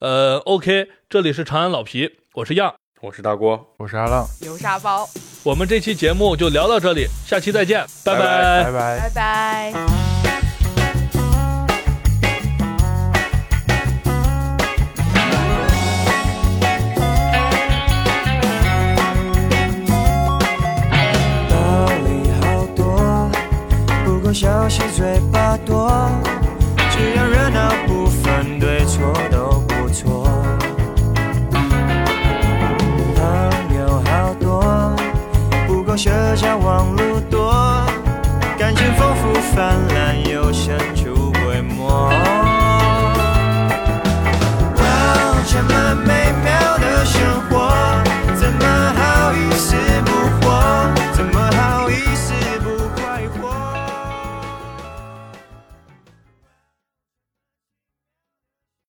呃，OK，这里是长安老皮，我是样，
我是大郭。
我是阿浪，
油炸包，
我们这期节目就聊到这里，下期再见，拜
拜拜
拜拜
拜拜。
道理好多，不过小事嘴巴多，只要热闹不分对错都不错。朋友好多，不过社交网路多，感情丰富泛滥